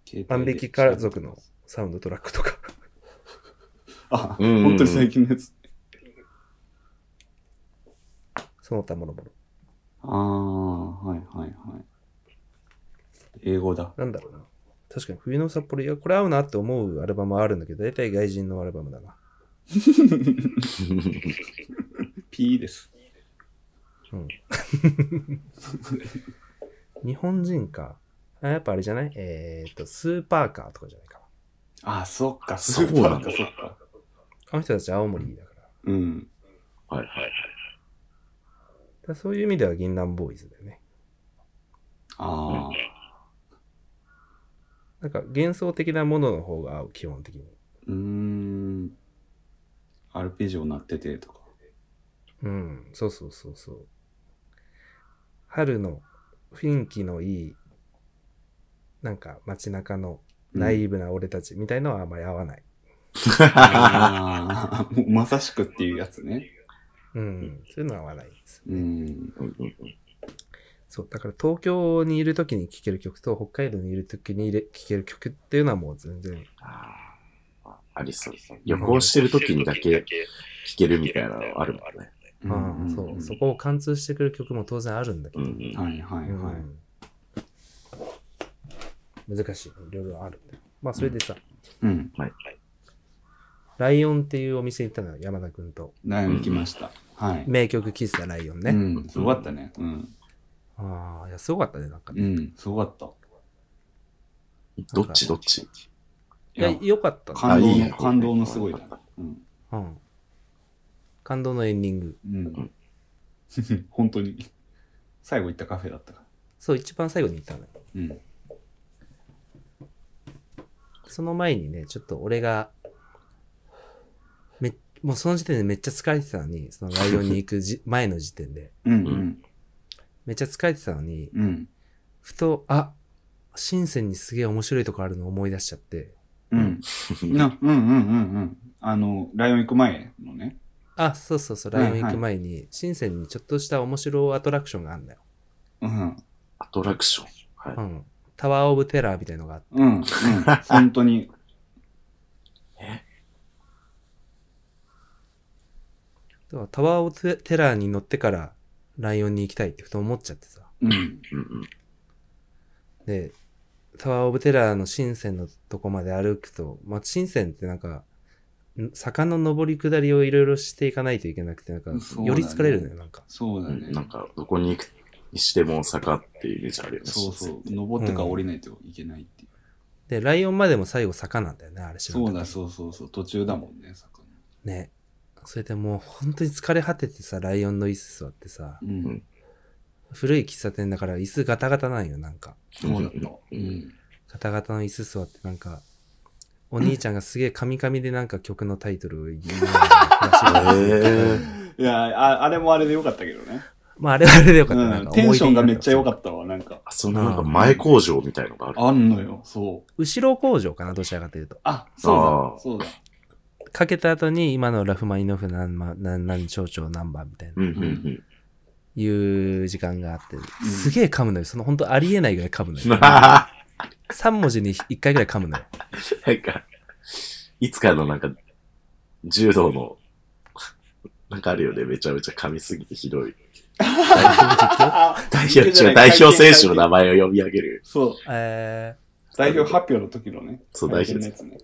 Speaker 5: 携帯で
Speaker 2: ー、万引き家族の。サウンドトラックとか。
Speaker 5: あ、
Speaker 3: うんうんうん
Speaker 5: 本当に最近のやつ。
Speaker 2: その他もろもろ。
Speaker 5: ああ、はいはいはい。英語だ。
Speaker 2: なんだろうな。確かに冬の札幌、いや、これ合うなって思うアルバムはあるんだけど、大体外人のアルバムだな。
Speaker 5: P です。
Speaker 2: うん。日本人か。あやっぱあれじゃないえっ、と、スーパーカーとかじゃないかな。
Speaker 5: あ、そっか、
Speaker 3: そう
Speaker 5: スーパ
Speaker 3: な
Speaker 5: ー
Speaker 3: ん
Speaker 5: か、
Speaker 3: だ
Speaker 5: そっか。
Speaker 2: あの人たち青森だから。だか
Speaker 5: うん。
Speaker 3: はいはい。
Speaker 2: らそういう意味では銀杏ボーイズだよね。
Speaker 5: ああ、
Speaker 2: なんか幻想的なものの方が合う、基本的に。
Speaker 5: うーん。アルペジオ鳴っててとか。
Speaker 2: うん、そうそうそうそう。春の雰囲気のいい、なんか街中のナイーブな俺たちみたいのはあんまり合わない。
Speaker 5: ああ、もうまさしくっていうやつね。
Speaker 2: うん、そういうのは合わないです。
Speaker 5: うん。
Speaker 3: うんうんうん
Speaker 2: そう、だから東京にいる時に聴ける曲と北海道にいる時に聴ける曲っていうのはもう全然、
Speaker 3: あーまあありそう。旅行してる時にだけ聴けるみたいなのあるもんね。
Speaker 2: ああーそう、そこを貫通してくる曲も当然あるんだけ
Speaker 3: う
Speaker 2: ど、
Speaker 3: んうん。
Speaker 5: はいはいうはい。
Speaker 2: ん難しい。いろいろあるんだよ。まあ、それでさ、
Speaker 5: うん。
Speaker 2: ライオンっていうお店行ったのよ、山田くんと。
Speaker 5: ライオン行きました。はい。
Speaker 2: 名曲喫茶ライオンね。
Speaker 5: うん。すごかったね。うん。
Speaker 2: ああ、いや、すごかったね、なんか
Speaker 5: う
Speaker 2: ね。
Speaker 5: ん。すごかった。
Speaker 3: どっちどっち
Speaker 2: いや、良かったね
Speaker 5: 感動
Speaker 3: あいいね
Speaker 5: の、感動のすごいだ。うん。
Speaker 2: うん。感動のエンディング。
Speaker 5: うん。 本当に。最後行ったカフェだったから。
Speaker 2: そう、一番最後に行ったのよ。
Speaker 5: うん。
Speaker 2: その前にね、ちょっと俺が、め、もうその時点でめっちゃ疲れてたのに、そのライオンに行く じ前の時点で。
Speaker 5: うんうん。
Speaker 2: めっちゃ疲れてたのに、
Speaker 5: うん。
Speaker 2: ふと、あ、深センにすげえ面白いとこあるの思い出しちゃって。
Speaker 5: うん。 な、うんうんうんうん。あの、ライオン行く前のね。
Speaker 2: あ、そうそうそう、ライオン行く前に、深センにちょっとした面白いアトラクションがあるんだよ。
Speaker 5: うん。
Speaker 3: アトラクション。はい。
Speaker 2: うん。タワーオブテラーみたいのがあって。
Speaker 5: うん。うん。本当に。
Speaker 2: だからタワーオブテラーに乗ってから、ライオンに行きたいってふと思っちゃってさ。
Speaker 5: うん。
Speaker 3: うんうん。
Speaker 2: で、タワーオブテラーの深センのとこまで歩くと、まあ、深センってなんか、ん坂の上り下りをいろいろしていかないといけなくて、なんか、
Speaker 5: そうだね
Speaker 2: より疲れるのよ、なんか。
Speaker 5: そうだ
Speaker 3: う
Speaker 5: ね
Speaker 3: ん。なんか、どこに行くにしても坂っていうイメージあるよね。
Speaker 5: そうそう。登ってから降りないといけないっていう。
Speaker 2: で、ライオンまでも最後坂なんだよね、あれ知らん
Speaker 5: そ
Speaker 2: かっ
Speaker 5: う
Speaker 2: た
Speaker 5: だ、そうそうそう。途中だもんね、坂の。
Speaker 2: ね。それでもう本当に疲れ果ててさ、ライオンの椅子座ってさ
Speaker 5: う、。
Speaker 3: うんん。
Speaker 2: 古い喫茶店だから椅子ガタガタなんよ、なんか。
Speaker 5: そうだった。うん。
Speaker 2: ガタガタの椅子座ってなんか、お兄ちゃんがすげえカミカミでなんか曲のタイトルを言いながらフラッシュバックする
Speaker 3: えー
Speaker 5: いやあ、あれもあれでよかったけどね。
Speaker 2: まああれはあれでよかった。なん
Speaker 5: うん。
Speaker 2: か
Speaker 5: テンションがめっちゃ良か
Speaker 2: った。
Speaker 5: ったわ、なんか。
Speaker 3: あそんななんか前工場みたいのがある。
Speaker 5: あんのよ、そう。
Speaker 2: 後ろ工場かな、どちらかというと。
Speaker 5: あ、そう
Speaker 3: あー
Speaker 5: だ、そうだ。
Speaker 2: かけた後に今のラフマニノフ何ま、何、何、蝶々何番みたいな、
Speaker 3: うんうんうん。
Speaker 2: いう時間があって、すげえ噛むのよ。その本当ありえないぐらい噛むのよ。
Speaker 3: な
Speaker 2: 3文字に1回ぐらい噛むのよ。
Speaker 3: んか、いつかのなんか、柔道の、なんかあるよね。めちゃめちゃ噛みすぎてひどい。
Speaker 5: あ
Speaker 3: 代表、違う代表選手の名前を読み上げる。
Speaker 5: そう。
Speaker 2: え
Speaker 5: 代表発表の時のね。
Speaker 3: そう代表
Speaker 5: のやつね。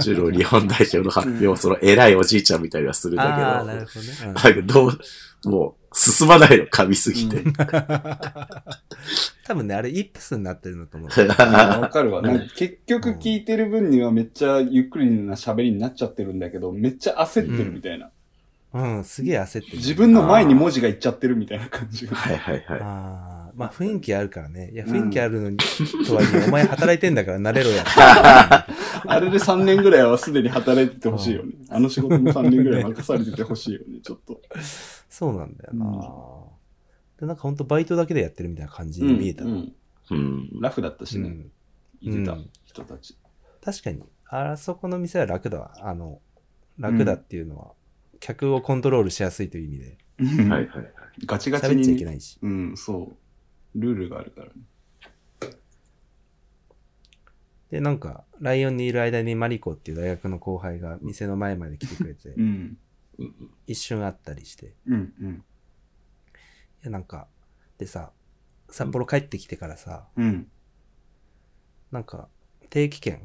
Speaker 3: 柔道日本代表の発表をその偉いおじいちゃんみたいなのはするん
Speaker 2: ー、ああ、
Speaker 3: だ
Speaker 2: な
Speaker 3: け
Speaker 2: る
Speaker 3: ど、
Speaker 2: ほどね。うん
Speaker 3: なんかどう、もう進まないの噛みすぎて。
Speaker 2: 多分ね、あれイップスになってるんだと思う。
Speaker 5: うんわかるわ。なんか結局聞いてる分にはめっちゃゆっくりな喋りになっちゃってるんだけど、めっちゃ焦ってるみたいな。
Speaker 2: うん、すげえ焦ってる。
Speaker 5: 自分の前に文字がいっちゃってるみたいな感じが。
Speaker 3: はいはいはい。
Speaker 2: ああ、まあ雰囲気あるからね。いや、
Speaker 5: うん
Speaker 2: 雰囲気あるのに、とはいえ、お前働いてんだから慣れろ や。
Speaker 5: あれで3年ぐらいはすでに働いててほしいよね。あの仕事も3年ぐらい任されててほしいよね、ちょっと。
Speaker 2: そうなんだよな、で、なんかほんとバイトだけでやってるみたいな感じに見えた。
Speaker 5: うん
Speaker 3: うん。
Speaker 5: ラフだったし
Speaker 2: う
Speaker 5: ね、
Speaker 2: ん
Speaker 5: いてた
Speaker 2: うん
Speaker 5: 人たち。
Speaker 2: 確かに、あそこの店は楽だわ。あの、楽だっていうのは、客をコントロールしやすいという意味で、
Speaker 5: は
Speaker 3: はいはい。はい。
Speaker 5: ガチガチ
Speaker 2: 喋っちゃいけ
Speaker 5: にね。
Speaker 2: ないし。
Speaker 5: うん、そう。ルールがあるからね。
Speaker 2: で、なんか、ライオンにいる間にマリコっていう大学の後輩が店の前まで来てくれて
Speaker 5: う、ん。
Speaker 2: 一瞬会ったりして、い
Speaker 5: うん、うん。
Speaker 2: や、なんか、でさ、札幌帰ってきてからさ、
Speaker 5: うん。
Speaker 2: なんか、定期券、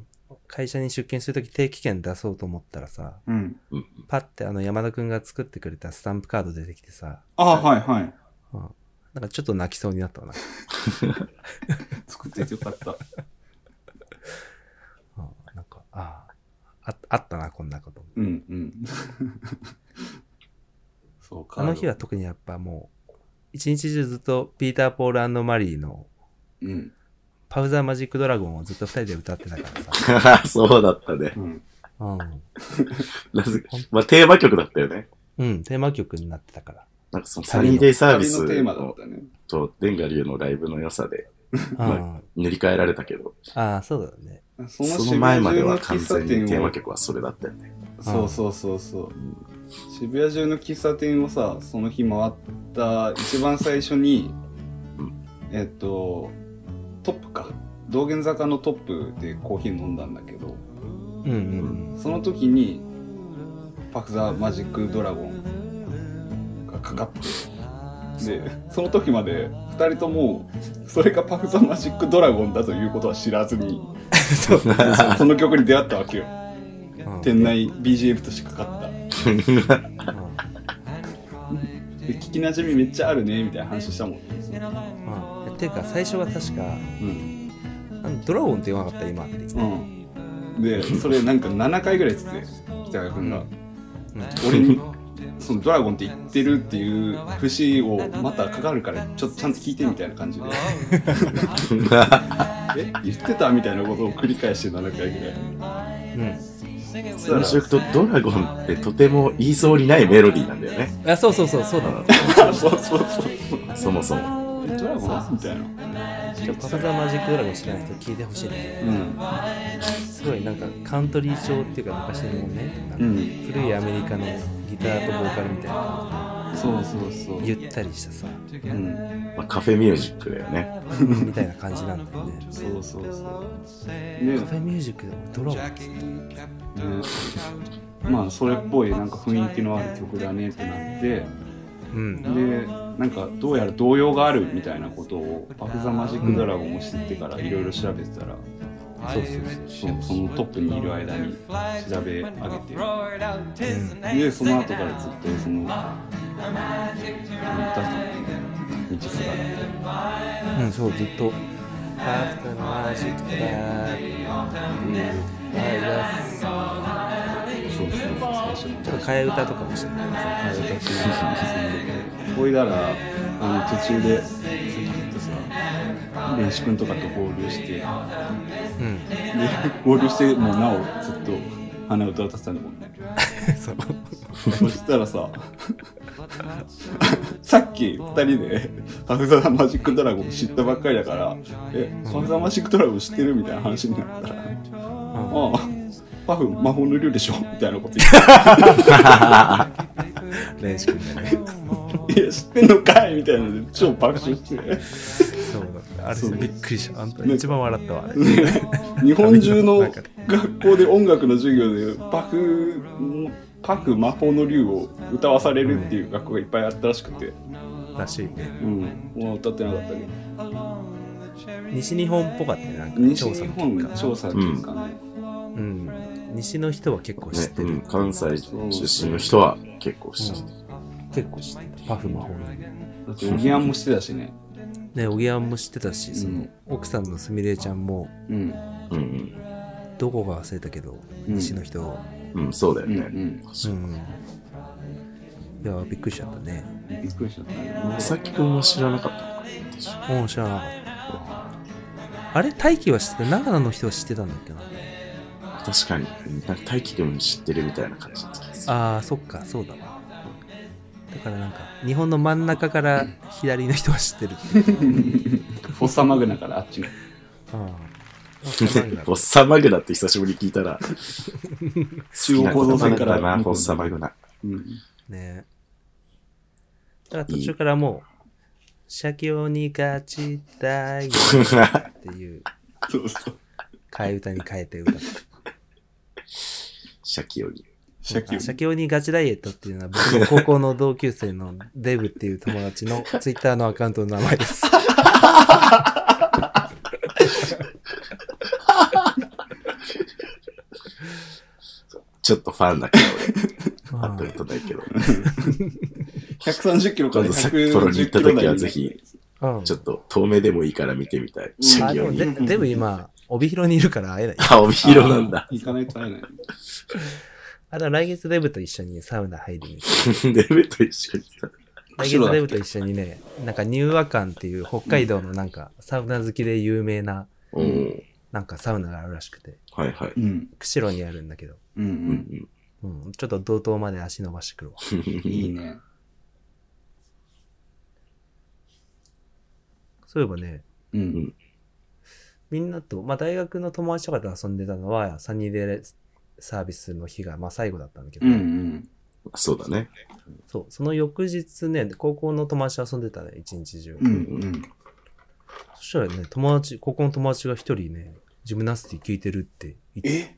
Speaker 2: 会社に出勤するとき定期券出そうと思ったらさ、
Speaker 5: うん。
Speaker 2: パッてあの山田くんが作ってくれたスタンプカード出てきてさ、
Speaker 5: ああ、はい、はい。
Speaker 2: うんなんかちょっと泣きそうになったわな。
Speaker 5: 作っててよかった。
Speaker 2: うんなんか、ああ、ああったな、こんなこと。
Speaker 5: うん、うん。 そうか。
Speaker 2: あの日は、特にやっぱもう、一日中ずっとピーター・ポールマリーの
Speaker 5: うん。
Speaker 2: パウザー・マジック・ドラゴンをずっと二人で歌ってたからさ。
Speaker 3: そうだったね。
Speaker 5: うん。
Speaker 2: うん。
Speaker 3: なぜまあ、テーマ曲だったよね。
Speaker 2: うん、テーマ曲になってたから。
Speaker 3: なんかそのサニーデイサービス
Speaker 5: 旅のテーマだったね。
Speaker 3: とデンガリューのライブの良さで
Speaker 2: うん、
Speaker 3: 塗り替えられたけど、
Speaker 2: ああ、そうだね。
Speaker 5: そ
Speaker 3: その前までは
Speaker 5: 渋
Speaker 3: 完
Speaker 5: 谷中の
Speaker 3: 全
Speaker 5: 喫茶店
Speaker 3: に
Speaker 5: を
Speaker 3: テーマ曲はそれだったよね。
Speaker 5: そうそうそうそう。渋谷中の喫茶店をさ、その日回った一番最初に
Speaker 3: う、
Speaker 5: えっと、トップか。道玄坂のトップでコーヒー飲んだんだけど、
Speaker 2: うんうん
Speaker 5: その時に、パクザマジックドラゴンがかかって、で、その時まで二人とも、それがパクザマジックドラゴンだということは知らずに、 そうその曲に出会ったわけよ。
Speaker 2: うん。
Speaker 5: 店内 BGM としてかかった。
Speaker 2: うん
Speaker 5: で聞きなじみめっちゃあるねみたいな話したも
Speaker 2: う
Speaker 5: ん、
Speaker 2: ん。ていうか、最初は確か、
Speaker 5: うん
Speaker 2: あのドラゴンって言わなかった今って。
Speaker 5: うんでそれなんか7回ぐらいつって北川君が、
Speaker 2: うん
Speaker 5: 俺にそのドラゴンって言ってるっていう節をまたかかるからちょっとちゃんと聞いてみたいな感 じでえ言ってたみたいなことを繰り返して7回ぐらい
Speaker 2: うん
Speaker 5: そ
Speaker 3: その
Speaker 5: し
Speaker 3: 食とドラゴンってとても言いそうにないメロディーなんだよね。
Speaker 2: あそうそうそうそうだな
Speaker 5: たらそうそうそう
Speaker 3: そもそも。
Speaker 5: えドラゴンみたいな
Speaker 2: パカザマジックドラゴン知らない人聞いてほしいんだけ
Speaker 5: うん
Speaker 2: どすごいなんかカントリー調っていうか昔のね、
Speaker 5: うん
Speaker 2: 古いアメリカのギターとボーカルみたいな
Speaker 5: そうそうそう
Speaker 2: ゆったりしたさ
Speaker 5: うん
Speaker 3: まあ、カフェミュージックだよね。
Speaker 2: みたいな感じなんだよね
Speaker 5: そうそうそう
Speaker 2: カ
Speaker 5: で
Speaker 2: フェミュージックでドラゴン
Speaker 5: ねまあそれっぽいなんか雰囲気のある曲だねってなって
Speaker 2: うん
Speaker 5: でなんかどうやら動揺があるみたいなことを「パフ・ザ・マジック・ドラゴン」を知ってからいろいろ調べてたら、そうそうそうそのそのトップにいる間に調べ上げてでその後からずっとそのなんだ道すがら
Speaker 2: うん、そう、ずっと。After magic that we us
Speaker 5: そうそうそう最初の
Speaker 2: ちょっと替え歌とかもしてる
Speaker 5: あれたちがおいだらあの途中でさっきとさ練習君とかと合流してで
Speaker 2: うん。
Speaker 5: 合流してもうなおずっと鼻歌歌ってたんだもんね
Speaker 2: そう。
Speaker 5: そしたらささっき2人で「ハフザ・マジック・ドラゴン」知ったばっかりだから「えハフザ・マジック・ドラゴン知ってる?」みたいな話になったら「ああパフ魔法の竜でしょ」みたいなこと言っ
Speaker 2: 練習君がね。
Speaker 5: て「いや知ってんのかい」みたいなので超爆笑して。
Speaker 2: そうなんだ。あ
Speaker 5: そ
Speaker 2: れ
Speaker 5: う
Speaker 2: びっくりした。あんた
Speaker 5: ね
Speaker 2: 一番笑ったわ。あれ
Speaker 5: 日本中の学校で音楽の授業でパフパフ魔法の竜を歌わされるっていう学校がいっぱいあったらしくて、
Speaker 2: らしいね。
Speaker 5: うん、もう歌ってなかったけど
Speaker 2: 西日本っぽかったね。なんか
Speaker 5: 西
Speaker 2: 調査
Speaker 5: 日
Speaker 2: の
Speaker 5: 本
Speaker 2: 結
Speaker 5: が
Speaker 2: 果。
Speaker 5: 調査の結果ね、
Speaker 2: うん。西の人は結構知
Speaker 3: ね
Speaker 2: って
Speaker 3: う
Speaker 2: る。
Speaker 3: ん、関西出身の人は結構知ってる。
Speaker 2: 結構知ってる。パフ魔法のね、
Speaker 5: だっておぎやんもしてたしね
Speaker 2: おぎやんも知ってたし、その、
Speaker 5: うん
Speaker 2: 奥さんのすみれちゃんも、
Speaker 5: うん
Speaker 3: うんうん
Speaker 2: どこか忘れたけど、
Speaker 5: うん
Speaker 2: 西の人を。
Speaker 3: うん、そうだよ
Speaker 5: うんう
Speaker 3: ね。
Speaker 5: ん
Speaker 2: うん。いや、びっくりしちゃったね。
Speaker 5: びっくりしちゃったね
Speaker 3: さっきくんは知らなかったのか。
Speaker 2: もう知らなかった。あれ、大輝は知ってた長野の人は知ってたんだっけな。
Speaker 3: 確かに、なんか大輝くんも知ってるみたいな感じだった気がする。
Speaker 2: ああ、そっか、そうだわ。だからなんか、日本の真ん中から左の人は知ってるっていう。
Speaker 5: フォッサマグナからあっちの
Speaker 2: あ
Speaker 3: ね フォッサマグナって久しぶりに聞いたら、
Speaker 5: 中央構造線から
Speaker 3: 好きな言葉だな、 フォッサマグナ。
Speaker 5: うん
Speaker 2: あ、ねだから途中からもう、社協に勝ちたいっていう
Speaker 5: そうそう
Speaker 2: 替え歌に変えて歌った。
Speaker 3: シャキより。
Speaker 5: シャキ
Speaker 2: あ社協にガチダイエットっていうのは僕の高校の同級生のデブっていう友達のツイッターのアカウントの名前 です。
Speaker 3: ちょっとファンだけど、
Speaker 2: あ
Speaker 3: 俺。あととないけど。
Speaker 5: 130キロから
Speaker 3: 今度札幌に
Speaker 5: 110
Speaker 3: 行っ
Speaker 5: キ
Speaker 3: た
Speaker 5: ロ
Speaker 3: 時
Speaker 5: 台
Speaker 3: は
Speaker 5: に
Speaker 3: ぜひ、
Speaker 2: うん
Speaker 3: ちょっと遠目でもいいから見てみたい。シ
Speaker 2: あ
Speaker 3: ャキ
Speaker 2: で
Speaker 3: よ
Speaker 2: もデ
Speaker 3: り。
Speaker 2: デブ今、帯広にいるから会えない。
Speaker 3: あ、帯広なんだ
Speaker 5: あ。行かないと会えない
Speaker 2: あと来月デブと一緒にサウナ入りに行く。
Speaker 3: デブと一緒にさ。
Speaker 2: 来月デブと一緒にね、なんかニューアカンっていう北海道のなんかサウナ好きで有名な
Speaker 3: うん。
Speaker 2: なんかサウナがあるらしくて、
Speaker 3: はいはい。
Speaker 5: うん
Speaker 2: 釧路にあるんだけど、
Speaker 5: うん
Speaker 3: う
Speaker 5: うん
Speaker 3: ん
Speaker 2: うん、ちょっと道東まで足伸ばしてくるわ。
Speaker 3: うん。
Speaker 5: いいね
Speaker 2: そういえばね、
Speaker 5: うん
Speaker 2: みんなと、まあ、大学の友達とかと遊んでたのは、サニーデーサービスの日が、まあ、最後だったんだけど、
Speaker 5: うんうん
Speaker 3: そうだね。
Speaker 2: そう、その翌日ね、高校の友達と遊んでたね、一日中。
Speaker 5: うんうん
Speaker 2: そしたらね、友達、高校の友達が一人ね、ジムナスティ聞いてるって言って、
Speaker 5: え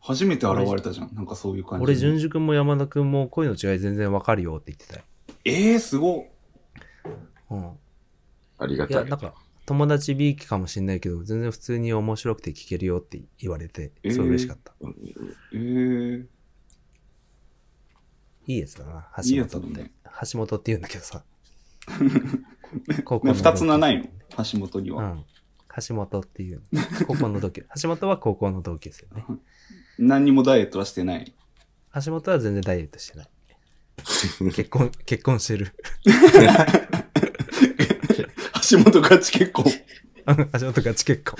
Speaker 5: 初めて現れたじゃん。なんかそういう感じ。
Speaker 2: 俺、淳二君も山田君も声の違い全然わかるよって言ってたよ。
Speaker 5: えー、すごっ
Speaker 2: うん。
Speaker 3: ありが
Speaker 2: い
Speaker 3: た
Speaker 2: や、
Speaker 3: い
Speaker 2: な。んか、友達 B 期かもしんないけど、全然普通に面白くて聞けるよって言われて、
Speaker 5: えー
Speaker 2: すごい嬉しかった。
Speaker 3: うん
Speaker 5: えー、
Speaker 2: いいやつだな、
Speaker 5: いい
Speaker 2: 橋
Speaker 5: やつだ
Speaker 2: 本って。
Speaker 5: ね
Speaker 2: 橋本 って言うんだけどさ。高校
Speaker 5: ね
Speaker 2: の
Speaker 5: 二つ名ないの橋本に
Speaker 2: う
Speaker 5: は。
Speaker 2: ん。橋本っていう、高校の同 級、橋本は高校の同級生ね。
Speaker 5: 何にもダイエットはしてない。
Speaker 2: 橋本は全然ダイエットしてない。結婚、結婚してる。
Speaker 5: 橋本勝ち 結婚。
Speaker 2: あの橋本ガチ 結婚。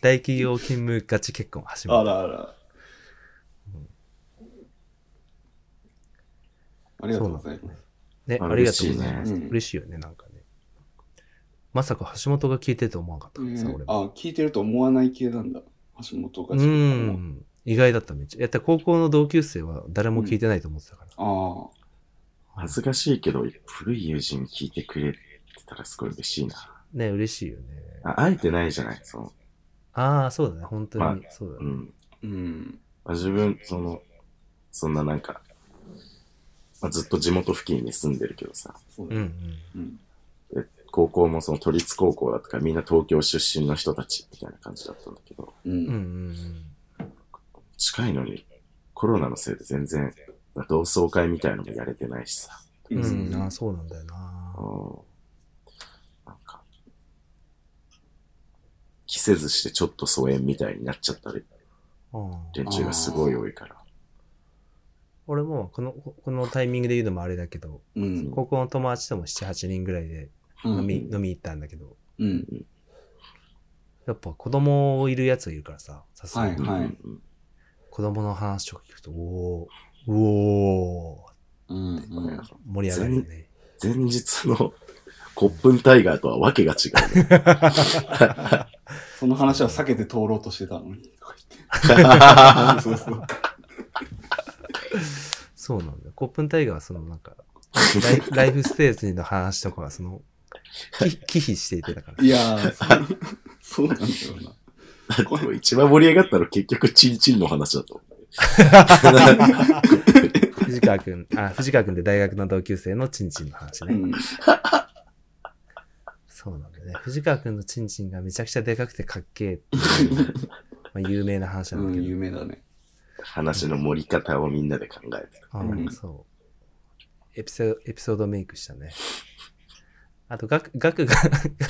Speaker 2: 大企業勤務ガチ結婚、橋
Speaker 5: あ
Speaker 2: 本。
Speaker 5: らあら。ありがとうございます。
Speaker 2: ね、
Speaker 3: あ
Speaker 2: ありがとうございます。
Speaker 5: 嬉しいね
Speaker 2: 嬉しいよね、なんかね。まさか橋本が聞いてると思わなかったからさ、
Speaker 5: うん
Speaker 2: 俺も。
Speaker 5: あ、聞いてると思わない系なんだ。橋本勝
Speaker 2: う
Speaker 5: ち結婚は。
Speaker 2: ん。意外だった、めっちゃ。やった高校の同級生は誰も聞いてないと思ってたから。
Speaker 5: あ
Speaker 3: 恥ずかしいけど、古い友人聞いてくれてたらすごい嬉しいな。
Speaker 2: ね、嬉しいよね。
Speaker 3: あ会えてないじゃない、その、
Speaker 2: ああ、そうだね、本当に。
Speaker 3: まあ
Speaker 2: そうだ
Speaker 3: う
Speaker 2: ね。
Speaker 3: ん。
Speaker 5: あ。うん。
Speaker 3: まあ、自分、その、そんななんか、まあ、ずっと地元付近に住んでるけどさ、
Speaker 5: そう
Speaker 2: う
Speaker 5: だ
Speaker 2: んう
Speaker 5: ね。
Speaker 2: ん。
Speaker 5: うん。
Speaker 3: 高校もその都立高校だったからみんな東京出身の人たちみたいな感じだったんだけど、
Speaker 5: う
Speaker 2: うんうん
Speaker 5: ん。
Speaker 2: うん。
Speaker 3: 近いのにコロナのせいで全然同窓会みたいのもやれてないしさ、
Speaker 5: う
Speaker 2: うん、あ
Speaker 5: ん
Speaker 2: ーそうなんだよな。
Speaker 3: うんなんか、着せずしてちょっと疎遠みたいになっちゃった
Speaker 2: うん
Speaker 3: 連中がすごい多いから。
Speaker 2: 俺もこの、このタイミングで言うのもあれだけど、
Speaker 5: うん。
Speaker 2: 高校の友達とも7、8人ぐらいで飲み、飲み行ったんだけど、
Speaker 5: うん。
Speaker 2: やっぱ子供いるやつがいるからさ、さすが
Speaker 5: はい
Speaker 2: に。
Speaker 5: はい
Speaker 3: うん
Speaker 2: 子供の話を聞くと、おー、おー、
Speaker 5: うん。
Speaker 3: うん
Speaker 2: 盛り上がるよね。
Speaker 3: 前日のコップンタイガーとはわけが違 う。
Speaker 5: その話は避けて通ろうとしてたのに。そうそう。
Speaker 2: そうなんだよ。コップンタイガーはそのなんか、ライライ フステージの話とかはその、き忌避していてだ から。
Speaker 5: いやー、そうそうなんだよ
Speaker 3: これ一番盛り上がったの結局チンチンの話だと思う。
Speaker 2: 藤川くん、あ、藤川くんで大学の同級生のチンチンの話
Speaker 5: な。う
Speaker 2: ね。
Speaker 5: ん。
Speaker 2: そうなんだよね。藤川くんのチンチンがめちゃくちゃでかくてかっけえっていう まあ有名な話なん
Speaker 5: う
Speaker 2: だ
Speaker 5: ん、
Speaker 2: けど。
Speaker 5: 有名だね。
Speaker 3: 話の盛り方をみんなで考えてた。
Speaker 2: あ
Speaker 5: うん
Speaker 2: そう。エピソード、エピソードメイクしたね。あと、ガク、ガクが、 ガクが、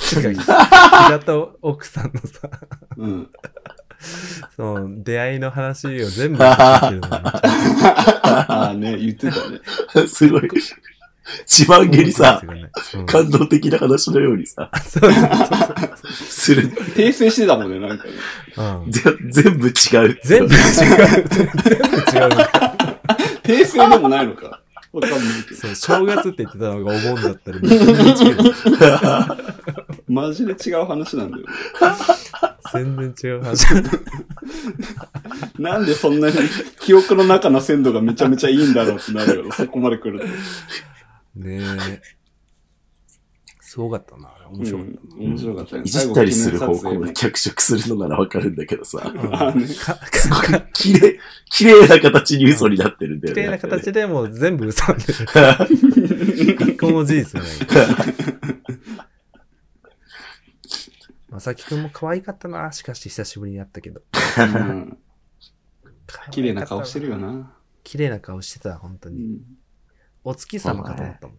Speaker 2: 平田奥さんのさ、
Speaker 5: うん。
Speaker 2: その、出会いの話を全部聞いてるの がめっちゃ
Speaker 5: ああね、言ってたね。
Speaker 3: すごい。一番下りさ、
Speaker 2: 面白いですよね
Speaker 3: 感動的な話のようにさ、
Speaker 2: うん そうそうそうそう
Speaker 3: する。
Speaker 5: 訂正してたもんね、なんかね。
Speaker 2: そううん
Speaker 3: ぜ全部違う。
Speaker 2: 全部違う。全部違うの。
Speaker 5: 訂正でもないのか。わかんないけど。
Speaker 2: そう、正月って言ってたのがお盆だったり、全然違う
Speaker 5: マジで違う話なんだよ。
Speaker 2: 全然違う話。
Speaker 5: なんでそんなに記憶の中の鮮度がめちゃめちゃいいんだろうってなるよ。そこまで来ると。
Speaker 2: ねえ。すごかったな、あれ面白かった。
Speaker 5: うん面白かったね。
Speaker 3: いじったりする
Speaker 5: 最
Speaker 3: 方
Speaker 5: 後
Speaker 3: 向
Speaker 5: 記念
Speaker 3: に
Speaker 5: 撮
Speaker 3: 脚色するのならわかるんだけどさ、
Speaker 2: うん
Speaker 5: あね
Speaker 2: かか
Speaker 3: すごい綺麗、綺麗な形に嘘になってるんだよ
Speaker 2: 綺
Speaker 3: ね。
Speaker 2: 麗な形でもう全部嘘なんで。一個も事実もない。 まさきくんも可愛かったな。しかし久しぶりに会ったけど。
Speaker 5: 影うん綺麗な顔してるよな。
Speaker 2: 綺麗な顔してた、本当
Speaker 5: う
Speaker 2: に。
Speaker 5: ん
Speaker 2: お月様かと思ったもん。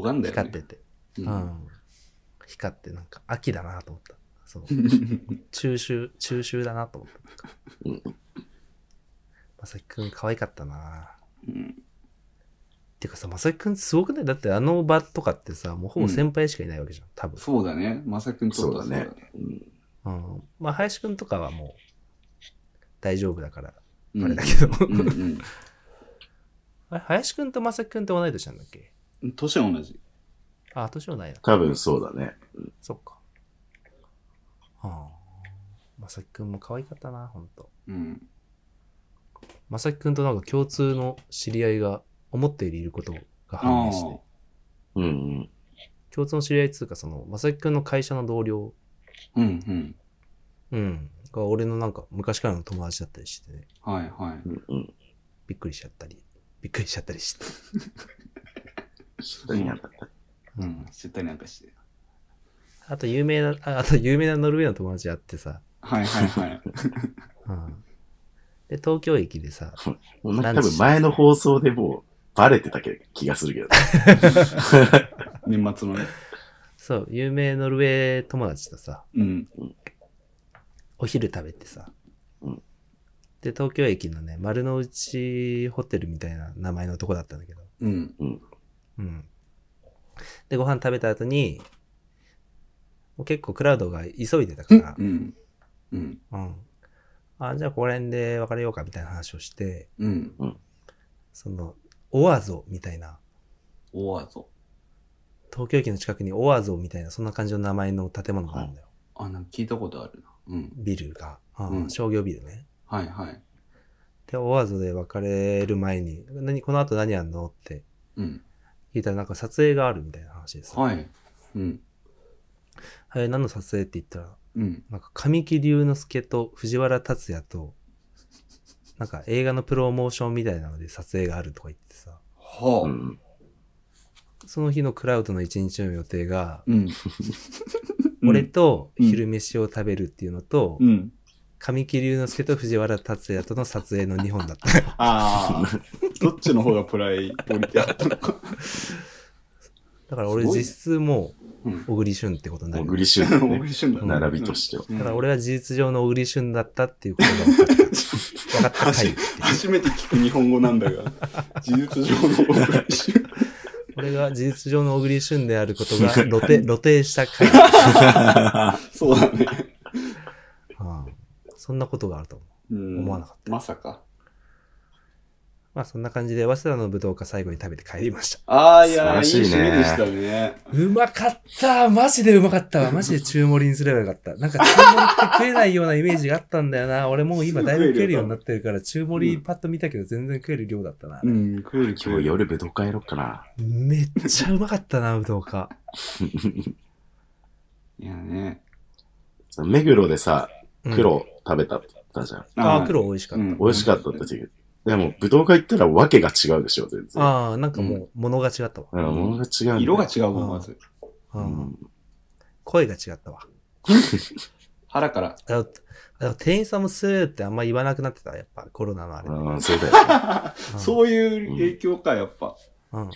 Speaker 5: 拝んだよ
Speaker 2: 光っ
Speaker 5: ね
Speaker 2: て。て。
Speaker 5: う
Speaker 2: うんん。光ってなんか秋だなと思った。そう。中秋、中秋だなと思った。
Speaker 3: うん
Speaker 2: まさきくん可愛かったな。
Speaker 5: うん
Speaker 2: てかさ、まさきくんすごくないだってあの場とかってさ、もうほぼ先輩しかいないわけじゃん、多分。
Speaker 5: そうだね。まさきくんとか
Speaker 3: そうだね。
Speaker 2: うん。まあ、林くんとかはもう、大丈夫だから、
Speaker 5: うん
Speaker 2: あれだけど。
Speaker 5: うんうん
Speaker 2: あれ林くんとまさきくんって同い年なんだっけ
Speaker 5: うん。 年は同じ。
Speaker 2: あ、年はないな。
Speaker 3: 多分そうだね。
Speaker 2: そっか。はあ。まさきくんも可愛かったな、ほんと。
Speaker 5: うん。
Speaker 2: まさきくんとなんか共通の知り合いが思ったよりいることが判
Speaker 5: あ
Speaker 2: 明
Speaker 5: あ。
Speaker 2: して、
Speaker 3: うんうん。
Speaker 2: 共通の知り合いっつうか、その、まさきくんの会社の同僚、
Speaker 5: うんうん。
Speaker 2: うん、が俺のなんか昔からの友達だったりしてね、
Speaker 5: はいはい。
Speaker 3: うんうん。
Speaker 2: びっくりしちゃったり、びっくりしちゃったりして。
Speaker 3: 下にあった
Speaker 5: うん。知ったりなんかして。
Speaker 2: あと有名な、ああと有名なノルウェーの友達あってさ、
Speaker 5: はいはいはい。
Speaker 2: うん。で、東京駅でさ、
Speaker 3: もうなんか多分前の放送でもう、バレてたけ気がするけどね。
Speaker 5: 年末のね。
Speaker 2: そう、有名ノルウェー友達とさ、
Speaker 5: うん。
Speaker 2: お昼食べてさ、
Speaker 3: うん
Speaker 2: で、東京駅のね、丸の内ホテルみたいな名前のとこだったんだけど、
Speaker 5: うん。
Speaker 2: うん。で、ご飯食べた後に、もう結構クラウドが急いでたから
Speaker 5: う、ん。うん。
Speaker 2: うん。あ、じゃあここら辺で別れようかみたいな話をして、
Speaker 5: うん。
Speaker 2: その、オアゾみたいな、
Speaker 5: オアゾ。
Speaker 2: 東京駅の近くにオアゾみたいな、そんな感じの名前の建物があるんだよ。
Speaker 5: あ、なんか聞いたことあるな。うん。
Speaker 2: ビルが、うん
Speaker 5: うん
Speaker 2: 商業ビルね。
Speaker 5: はいはい。
Speaker 2: で、オアゾで別れる前に、何、この後何やんのって
Speaker 5: うん。
Speaker 2: 聞いたらなんか撮影があるみたいな話です。
Speaker 5: はい。うん。
Speaker 2: はい。何の撮影って言ったら、
Speaker 5: うん。
Speaker 2: なんか神木隆之介と藤原竜也と、なんか映画のプロモーションみたいなので撮影があるとか言ってさ、
Speaker 5: はあ。
Speaker 3: う
Speaker 5: うん。
Speaker 3: ん。
Speaker 2: その日のクラウドの一日の予定が、
Speaker 5: うん。
Speaker 2: 俺と昼飯を食べるっていうのと、
Speaker 5: うん。
Speaker 2: 神木隆之介と藤原竜也との撮影の2本だった。
Speaker 5: ああ。 どっちの方がプライポリティあったのか。
Speaker 2: だから俺実質も
Speaker 5: うん
Speaker 2: う、小栗旬ってことにな
Speaker 3: 小
Speaker 2: る。
Speaker 3: 栗旬
Speaker 5: オ
Speaker 3: の
Speaker 5: ー
Speaker 3: ね、
Speaker 5: ションだね
Speaker 3: 並びとしては。
Speaker 5: うん
Speaker 2: だから俺は事実上の小栗旬だったっていうことが分かった。分かった回っていう。
Speaker 5: 初めて聞く日本語なんだ が、事実上のオープンシュー
Speaker 2: 俺が事実上の小栗旬であること が露呈、露呈した回。
Speaker 5: そうだね。
Speaker 2: うんそんなことがあると思う。
Speaker 5: うん
Speaker 2: 思わなかった
Speaker 5: まさか。
Speaker 2: まあそんな感じで、早稲田の武道家最後に食べて帰りました。
Speaker 5: ああ、いやー、
Speaker 3: 素晴
Speaker 5: いい
Speaker 3: らしいね
Speaker 5: 締めでしたね。
Speaker 2: うまかったマジでうまかったわマジで中盛りにすればよかった。なんか中盛りって食えないようなイメージがあったんだよな。俺もう今だいぶ食えるようになってるから、中盛りパッと見たけど全然食える量だったな。
Speaker 5: うん、食える食
Speaker 3: 今
Speaker 5: え
Speaker 3: 日
Speaker 5: る。
Speaker 3: 夜武道会やろっかな。
Speaker 2: めっちゃうまかったな、うどんか。
Speaker 5: いやね。
Speaker 3: 目黒でさ、
Speaker 2: うん。
Speaker 3: 黒食べたって言ったじゃん。
Speaker 2: ああ、黒美味しかっ
Speaker 5: うん
Speaker 2: た。
Speaker 3: 美味しかったって言うけど。でも、武道会行ったらわけが違うでしょ、全然。
Speaker 2: ああ、なんかもう物が違ったわ。
Speaker 3: うん、ものが違うんだよ。
Speaker 5: 色が違うもん、まず。
Speaker 2: う
Speaker 3: うんん。
Speaker 2: 声が違ったわ。
Speaker 5: 腹から。
Speaker 2: あのあの店員さんもスーってあんま言わなくなってた。やっぱコロナのあれで。
Speaker 3: うん、そうだよ。
Speaker 2: うん
Speaker 5: そういう影響か、やっぱ。
Speaker 2: うん。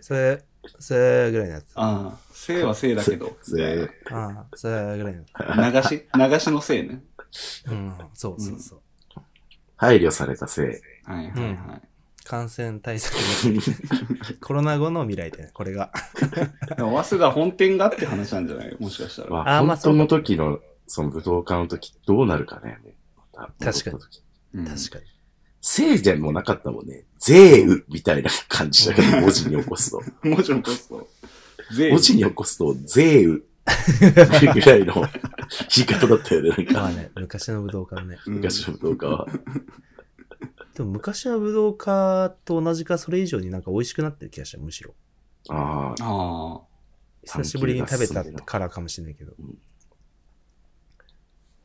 Speaker 2: スー、スーぐらいのやつ。
Speaker 5: ああ、性は性だけど、
Speaker 3: ぜ
Speaker 2: うん。スーぐらいのや
Speaker 5: 流し、流しの性ね。
Speaker 2: つ。うん。そうそうそう。
Speaker 3: 配慮されたせい。
Speaker 5: はいはいは
Speaker 2: 感染対策 のコロナ後の未来でね、これが。
Speaker 5: い。でも早稲田本店がって話なんじゃないもしかしたら。
Speaker 3: まあ、
Speaker 2: あーまあ
Speaker 3: 本当の時の、その武道館の時、どうなるかね。また
Speaker 2: 確かに。
Speaker 5: うん
Speaker 2: 確かに。
Speaker 3: せいじゃもうなかったもんね。ぜうみたいな感じだけど、文字に起こすと。
Speaker 5: もちろんこそ。税
Speaker 3: 文字に起こすと、ぜうぐらいの 言い方だったよね。なん
Speaker 2: まあ
Speaker 3: か、
Speaker 2: ね、昔の武道家の ね。
Speaker 5: うん
Speaker 3: 昔の武道館は。
Speaker 2: でも昔の武道家と同じか、それ以上になんか美味しくなってる気がした、むしろ。
Speaker 3: ああ、
Speaker 5: あ
Speaker 2: 久しぶりに食べたからかもしれないけど。
Speaker 3: うん
Speaker 2: や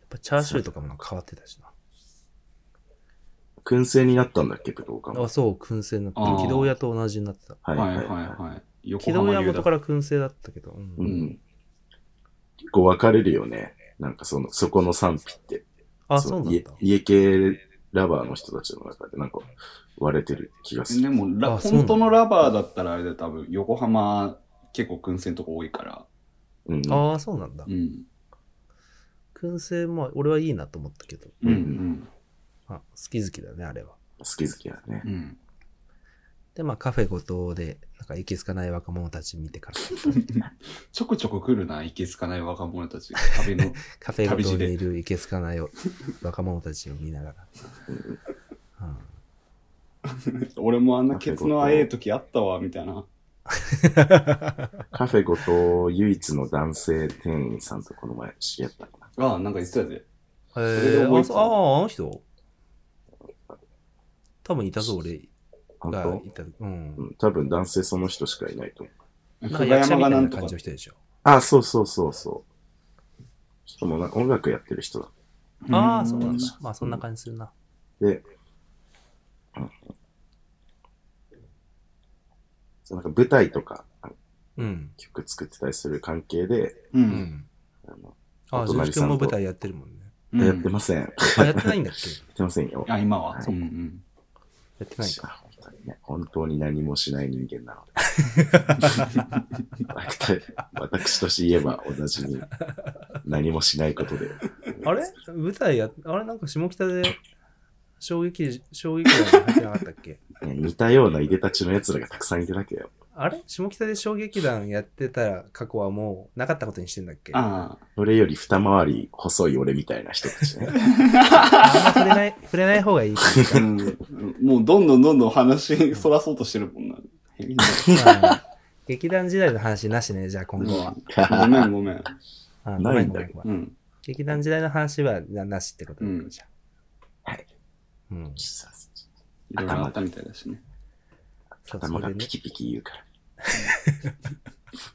Speaker 2: っぱチャーシューとかもなんか変わってたしな。
Speaker 3: 燻製になったんだっけ、武道館
Speaker 2: あ、
Speaker 3: は。
Speaker 2: そう、燻製になって
Speaker 5: あー
Speaker 2: た。軌道屋と同じになってた。
Speaker 5: あ。
Speaker 3: は
Speaker 5: はいはいはい。横
Speaker 2: 軌道
Speaker 5: 浜
Speaker 2: 屋
Speaker 5: 流
Speaker 2: 元
Speaker 5: だ
Speaker 2: か。ら燻製だったけど。うん
Speaker 3: うん。結構分かれるよね。なんかその、そこの賛否って。
Speaker 2: あ、そうなん
Speaker 3: 家
Speaker 2: だ。
Speaker 3: 家系ラバーの人たちの中でなんか割れてる気がす
Speaker 5: で
Speaker 3: る。
Speaker 5: もラ、
Speaker 2: あそうな
Speaker 5: 本
Speaker 2: んだ
Speaker 5: 当のラバーだったらあれで多分、横浜結構燻製のとこ多いから。
Speaker 3: うん。
Speaker 2: ああ、そうなんだ
Speaker 5: う。ん。
Speaker 2: 燻製も、俺はいいなと思ったけど。
Speaker 5: うんうん。
Speaker 2: あ好き好きだね、あれは。
Speaker 3: 好き好きだね
Speaker 5: う。ん。
Speaker 2: で、まあカフェごとで、なんかいけすかない若者たち見てから、
Speaker 5: ちょくちょく来るな、いけつかない若者 たち。壁の。
Speaker 2: カフェごとにいるいけすかない 若者たちを見ながら。うん
Speaker 5: 俺もあんなケツのあええ時あったわ、みたいな。
Speaker 3: カフェごと唯一の男性店員さんとこの前知り合ったかな。
Speaker 5: ああ、なんか言ってたぜ。
Speaker 2: え
Speaker 5: れで
Speaker 2: ー、
Speaker 5: 覚
Speaker 2: あ
Speaker 5: えて
Speaker 2: そう
Speaker 5: た
Speaker 2: あー、あの人多分いたぞ、俺
Speaker 3: 本
Speaker 2: が
Speaker 3: 当
Speaker 2: いた。うん
Speaker 3: う。ん、多分男性その人しかいないと思う。
Speaker 2: な
Speaker 5: 久
Speaker 2: んか
Speaker 5: 我
Speaker 2: 役者
Speaker 5: 山
Speaker 2: み
Speaker 5: が
Speaker 2: たい
Speaker 5: な
Speaker 2: なん
Speaker 5: と
Speaker 2: 感
Speaker 5: か
Speaker 2: じの。人でしょ。
Speaker 3: あ、そうそうそうそう。しかもなんか音楽やってる人だ。
Speaker 2: ああ、そうなん
Speaker 5: ん
Speaker 2: だ。まあそんな感じするな。
Speaker 3: で、うんそうなんか舞台とかあの
Speaker 2: うん。
Speaker 3: 曲作ってたりする関係で、
Speaker 5: う。
Speaker 2: うんん。
Speaker 3: あの
Speaker 2: あ
Speaker 3: お
Speaker 2: あ、ジョー
Speaker 3: 隣
Speaker 2: ジ
Speaker 3: さん
Speaker 2: 君
Speaker 3: と
Speaker 2: も舞台やってるもんね。
Speaker 5: うん
Speaker 3: やってません。や
Speaker 2: あ、やってないんだっけ
Speaker 3: ってませんよ。
Speaker 5: あ、今は。
Speaker 3: はい
Speaker 5: うんうん。
Speaker 2: やってないか。
Speaker 3: あ本当にね、本当に何もしない人間なので。 私私として言えば同じに何もしないことで。
Speaker 2: あれ舞台や、あれなんか下北で衝撃、衝撃団入ってなかったっけ
Speaker 3: ね似たようないでたちのやつらがたくさんいてたけど、
Speaker 2: あれ下北で衝撃団やってた過去はもうなかったことにしてんだっけあん
Speaker 5: あ
Speaker 3: それより二回り細い俺みたいな人 たちね。
Speaker 2: ま触れない、触れない方がいい。
Speaker 5: あ、うん。もうどんどんどんどん話そらそうとしてる もんな。
Speaker 2: まあ劇団時代の話なしね、じゃあ今後は。
Speaker 5: ごめんごめん。
Speaker 2: あ
Speaker 3: ない
Speaker 2: ごめんごめ
Speaker 3: ない
Speaker 2: んごめん
Speaker 5: うん。
Speaker 2: 劇団時代の話はななしってことでいいじゃん。
Speaker 3: はい。
Speaker 2: うん。
Speaker 5: いろいろあったみたいだしね。
Speaker 2: そう
Speaker 3: 頭
Speaker 2: それ
Speaker 3: が
Speaker 2: でね
Speaker 3: ピ。キピキ言うから。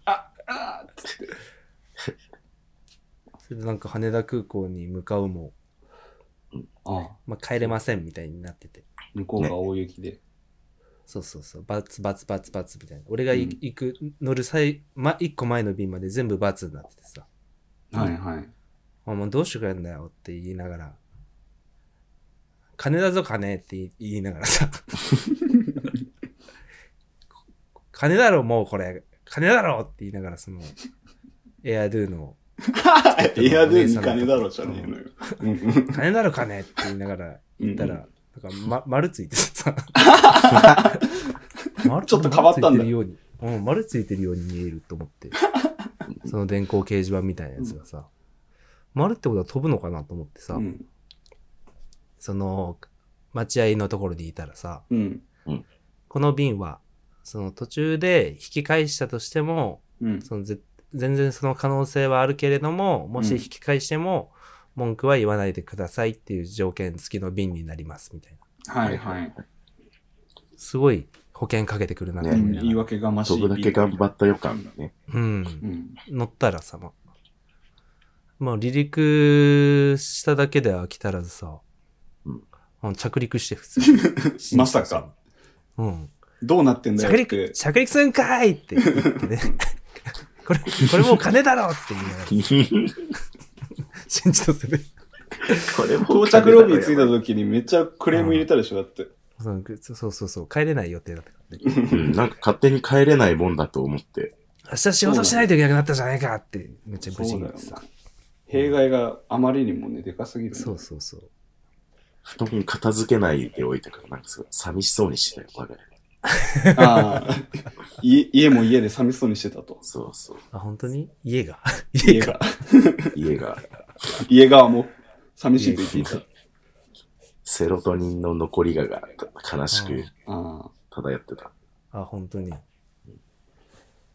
Speaker 5: あー
Speaker 2: それでなんか羽田空港に向かうも、
Speaker 5: ああ、
Speaker 2: まあ、帰れませんみたいになってて。
Speaker 5: 向こうが大雪で。
Speaker 2: そうそうそう。バツバツバツバツみたいな。俺がい
Speaker 5: うん
Speaker 2: 行く、乗る際、ま、一個前の便まで全部バツになっててさ。
Speaker 5: はいはい。
Speaker 2: あもうどうしてくれんだよって言いながら。金だぞ金って言い言いながら さ。金だろもうこれ。金だろって言いながらその、エアドゥの
Speaker 5: エアで金だろじゃねえのよ。
Speaker 2: 金だろ金って言いながら行ったら、なんか、ま、丸ついて さ。丸
Speaker 5: ちょっと変わったん
Speaker 2: 丸
Speaker 5: だ
Speaker 2: ついてるように。うん、丸ついてるように見えると思 って。その電光掲示板みたいなやつがさ。丸ってことは飛ぶのかなと思ってさ、
Speaker 5: うん。
Speaker 2: その、待合のところにいたらさ、
Speaker 5: うん。
Speaker 2: この便は、その途中で引き返したとしても、
Speaker 5: うん。
Speaker 2: そのぜ全然その可能性はあるけれども、もし
Speaker 5: うん
Speaker 2: 引き返しても、文句は言わないでくださいっていう条件付きの便になりますみたいな。
Speaker 5: はいはい。
Speaker 2: すごい保険かけてくるなって
Speaker 5: う
Speaker 2: 思い
Speaker 5: ん
Speaker 2: ながら
Speaker 5: 言い訳がましい。
Speaker 3: 飛ぶだけ頑張った予感が ね。
Speaker 2: うん
Speaker 5: う。ん。
Speaker 2: 乗ったらさ、ままあ、離陸しただけでは飽き足らずさ、
Speaker 3: うん
Speaker 2: あの着陸して普通に
Speaker 5: まさか。
Speaker 2: うん。
Speaker 5: どうなってんだ
Speaker 2: 着
Speaker 5: よっ
Speaker 2: 陸
Speaker 5: て、。
Speaker 2: 着陸するんかーいって言ってね。 これ、これもう金だろって言いながら、信じとする。
Speaker 3: これも
Speaker 5: 到着ロビー着いた時にめっちゃクレーム入れたでしょ、だって。
Speaker 2: そうそうそうそう、帰れない予定だったからね。
Speaker 3: うん、なんか勝手に帰れないもんだと思って。
Speaker 2: 明日仕事しないといけなくなったじゃないかって、めっちゃ無事に
Speaker 5: そうだ
Speaker 2: さ。
Speaker 5: 弊害があまりにもね、でかすぎる。
Speaker 2: そうそうそう。
Speaker 3: 布団片付けないでおいたから、なんかすごい寂しそうにしてたよ、我が家。
Speaker 5: あ あ。家家も家で寂しそうにしてたと。
Speaker 3: そうそう。
Speaker 2: あ、本当に家が。
Speaker 5: 家が、
Speaker 3: 家が
Speaker 5: 家側も寂しいと言っていた。
Speaker 3: セロトニンの残りがが悲し
Speaker 2: う
Speaker 3: く
Speaker 2: ん
Speaker 5: ああ。
Speaker 3: 漂ってた。
Speaker 2: あ、本当に。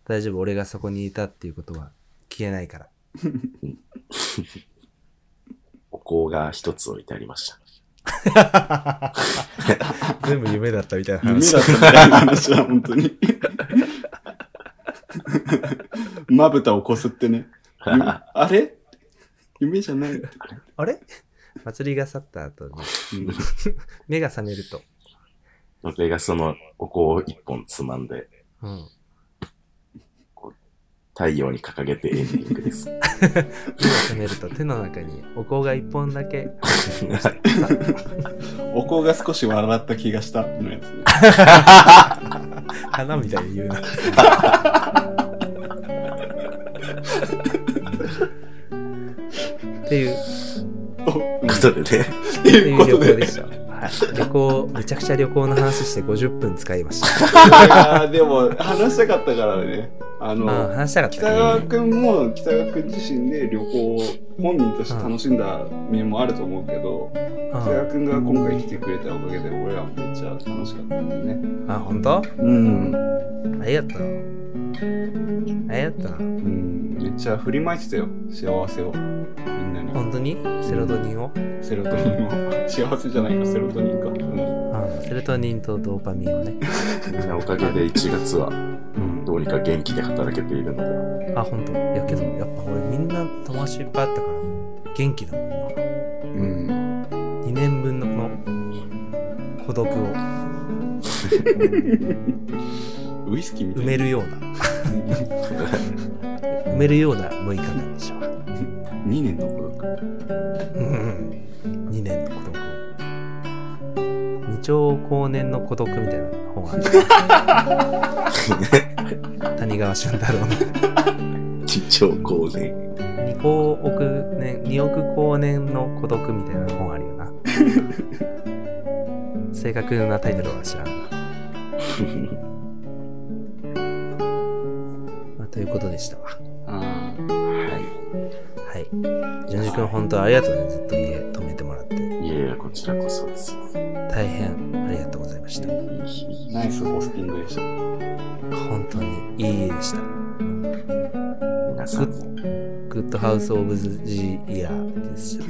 Speaker 2: 大丈夫、俺がそこにいたっていうことは消えないから。
Speaker 3: お香が一つ置いてありました。
Speaker 2: 全部夢だったみたいな
Speaker 5: 夢
Speaker 2: 話。
Speaker 5: だったみたいな話だ、本当に。まぶたをこすってね。夢あれ夢じゃない。
Speaker 2: あれ祭りが去った後に、
Speaker 5: うん
Speaker 2: 目が覚めると。
Speaker 3: 俺 がそのお香を一本つまんで、
Speaker 2: うん。
Speaker 3: 太陽に掲げてエンディングで す。
Speaker 2: 目が覚めると手の中にお香が一本だけ。
Speaker 5: お香が少し笑った気がしたのやつね。
Speaker 2: 花みたいに言うな。っていう、
Speaker 5: おうん
Speaker 3: ことでね、
Speaker 5: って
Speaker 2: ってい
Speaker 5: いう
Speaker 2: 旅
Speaker 5: うこと
Speaker 2: 行で
Speaker 5: で。
Speaker 2: した。はい、旅行、めちゃくちゃ旅行の話して50分使いました。
Speaker 5: いやーでも、話したかったからね。あの、
Speaker 2: まあ、話したかった
Speaker 5: 北
Speaker 2: ね。
Speaker 5: 川くんも北川くん自身で旅行を本人として楽しんだ面もあると思うけど、
Speaker 2: う
Speaker 5: 北川くんが今回来てくれたおかげで俺らもめっちゃ楽しかったんでね。
Speaker 2: ん、あ、本当？
Speaker 5: うん。
Speaker 2: ありがとう。ありがとう。
Speaker 5: うん、めっちゃ振りまいてたよ、幸せを。みんなに。
Speaker 2: 本当にセロトニンを、
Speaker 5: セロトニンを。幸せじゃないか、セロトニンか。う
Speaker 2: う
Speaker 5: ん。
Speaker 2: ん、セロトニンとドーパミンをね。
Speaker 3: みんなおかげで1月は
Speaker 2: うん、
Speaker 3: どうにか元気で働けているのでは、
Speaker 2: あ、本当。やけど、やっぱ俺みんな友達いっぱいあったから、元気だもんな。
Speaker 5: うん。
Speaker 2: 2年分のこの孤独を
Speaker 5: ウイスキーみた
Speaker 2: 埋
Speaker 5: い
Speaker 2: めるよう な、
Speaker 5: な。
Speaker 2: 埋めるような6日間でしょう。
Speaker 5: 2年 の孤独。
Speaker 2: うん、2年の孤独を。に上高年の孤独みたいな本があ る谷川俊太郎の
Speaker 3: 地上高年。
Speaker 2: 2億年2億光年の孤独みたいな本あるよな正確なタイトルは知らんが、まあということでしたわ
Speaker 5: あ
Speaker 2: はい淳二君本当ありがとうねずっと家泊めてもらって
Speaker 3: いやいや、こちらこそですよ。
Speaker 2: 大変ありがとうございました
Speaker 3: いい日
Speaker 5: あ
Speaker 3: 々
Speaker 5: ナイスホスティングでした。
Speaker 2: 本当にいい家でした
Speaker 3: 皆さん も。
Speaker 2: グッドハウス・オブ・ジ・イヤーでした、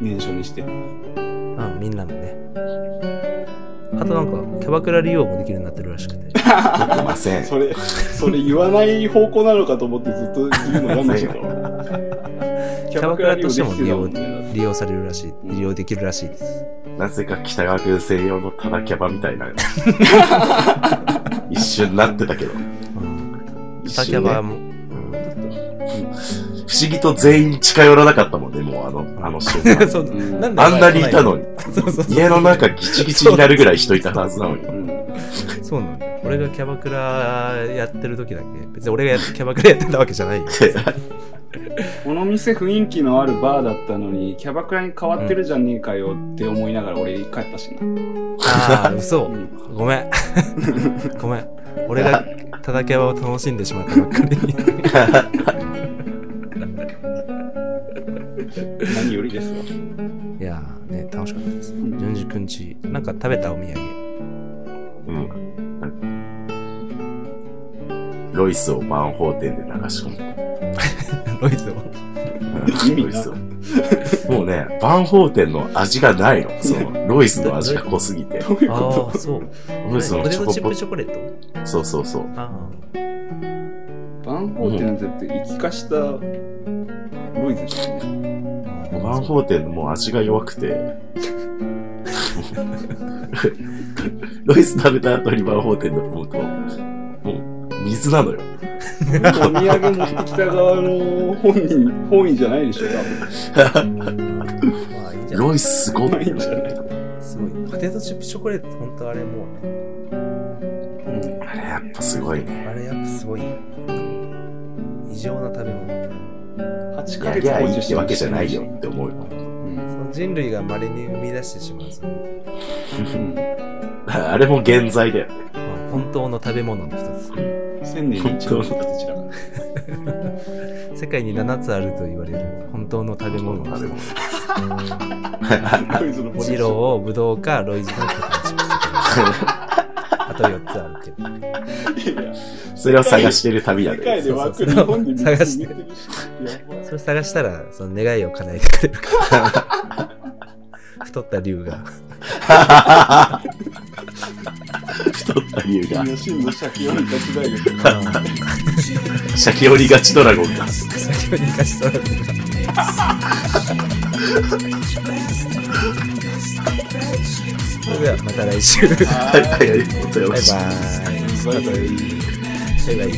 Speaker 5: 年初にして。
Speaker 2: うん、みんなもねあとなんかキャバクラ利用もできるようになってるらしくて
Speaker 3: 出てません。
Speaker 5: それ、それ言わない方向なのかと思ってずっと言うのやめてたわ。キ
Speaker 2: ャバクラとしても利
Speaker 5: 利
Speaker 2: 用
Speaker 5: 用できてたもんね
Speaker 2: 利用されるらしい利用できるらしいです
Speaker 3: なぜか北川君専用のタダキャバみたいな。一瞬なってたけど。一
Speaker 2: タ
Speaker 3: 瞬、ね、
Speaker 2: キャバも、
Speaker 3: 不思議と全員近寄らなかったもんね、もうあの、あの瞬 間。
Speaker 2: そう
Speaker 5: うん
Speaker 2: なんで
Speaker 3: あんなにいたのに。
Speaker 2: そうそうそう
Speaker 3: 家の中ギチギチになるぐらい人いたはずなのに。
Speaker 5: うん
Speaker 2: そうなんだよ俺がキャバクラやってる時だけ別に俺がやっキャバクラやってたわけじゃないよ
Speaker 5: この店雰囲気のあるバーだったのに、キャバクラに変わってるじゃねえかよって思いながら俺帰ったしな。
Speaker 2: ああ嘘
Speaker 5: うん
Speaker 2: ごめん ごめん俺がただキャバを楽しんでしまったばっかり に
Speaker 5: 何よりですわ。
Speaker 2: いやーね楽しかったです
Speaker 5: ん
Speaker 2: 順次くんちなんか食べたお土産
Speaker 3: うん。ロイスを万宝店で流し込む。
Speaker 2: ロイズを
Speaker 5: 意味ない
Speaker 3: ロイスをもうね、万宝店の味がないの。その、ロイスの味が濃すぎて。
Speaker 5: どういう
Speaker 2: あ
Speaker 5: こ
Speaker 2: あそう
Speaker 3: ロイス
Speaker 2: ポ
Speaker 3: の
Speaker 2: テ
Speaker 3: チョ
Speaker 2: ト
Speaker 3: コ
Speaker 2: チッ
Speaker 3: ポ
Speaker 2: プチョコレート
Speaker 3: そうそうそう。
Speaker 2: あ
Speaker 5: とバンホーテなんてだって生き化したロイズじゃんね。
Speaker 2: あ
Speaker 3: 万宝店のもう味が弱く て。ロイス食べた後に万宝店のもうと、もう、水なのよ。
Speaker 5: お土産持ってきた側の本人、本意じゃないでしょ、多分。
Speaker 2: まあいいんじゃない
Speaker 3: ロイスすご
Speaker 5: ないいんじゃない
Speaker 2: すごいポテトチップチョコレート本当あれもうね
Speaker 5: うん。
Speaker 3: あれやっぱすごいね。
Speaker 2: あれやっぱすごいよ異常な食べ物
Speaker 5: 8ヶ
Speaker 3: や
Speaker 5: 月
Speaker 3: りゃ
Speaker 5: 放
Speaker 3: いい
Speaker 5: 置
Speaker 3: っ
Speaker 5: してて
Speaker 3: わけじゃないよ。って思うよ。
Speaker 5: うん。
Speaker 2: その人類が稀に生み出してしまうその
Speaker 3: あれも現在だよね。
Speaker 2: まあ本当の食べ物の一つ
Speaker 5: 千年に一度の形だから。
Speaker 2: 世界に7つあると言われる本当の食べ物の
Speaker 3: あれ
Speaker 2: 一
Speaker 3: も。
Speaker 5: ロイズのポ
Speaker 2: つジ
Speaker 5: テチ
Speaker 2: ローブドウかロイズのポテトチップチョコレートあと4つあるけど
Speaker 5: いやいや
Speaker 3: それを探してる旅だ
Speaker 5: 世界
Speaker 3: ね。
Speaker 5: で湧く日本に
Speaker 2: 探して
Speaker 5: る。
Speaker 2: それ探したらその願いを叶えてくれるから太った竜 が
Speaker 3: 太った理由
Speaker 5: や
Speaker 3: が
Speaker 5: ばい。真の先より立ち大学。
Speaker 3: シャキオリガチドラゴンだ。
Speaker 2: 先を逃がしそうだったそれではまた来週バイ
Speaker 3: はい、ありがとう
Speaker 2: バ
Speaker 3: ございました。
Speaker 2: ーイ
Speaker 5: バイバイ。
Speaker 2: バイバイ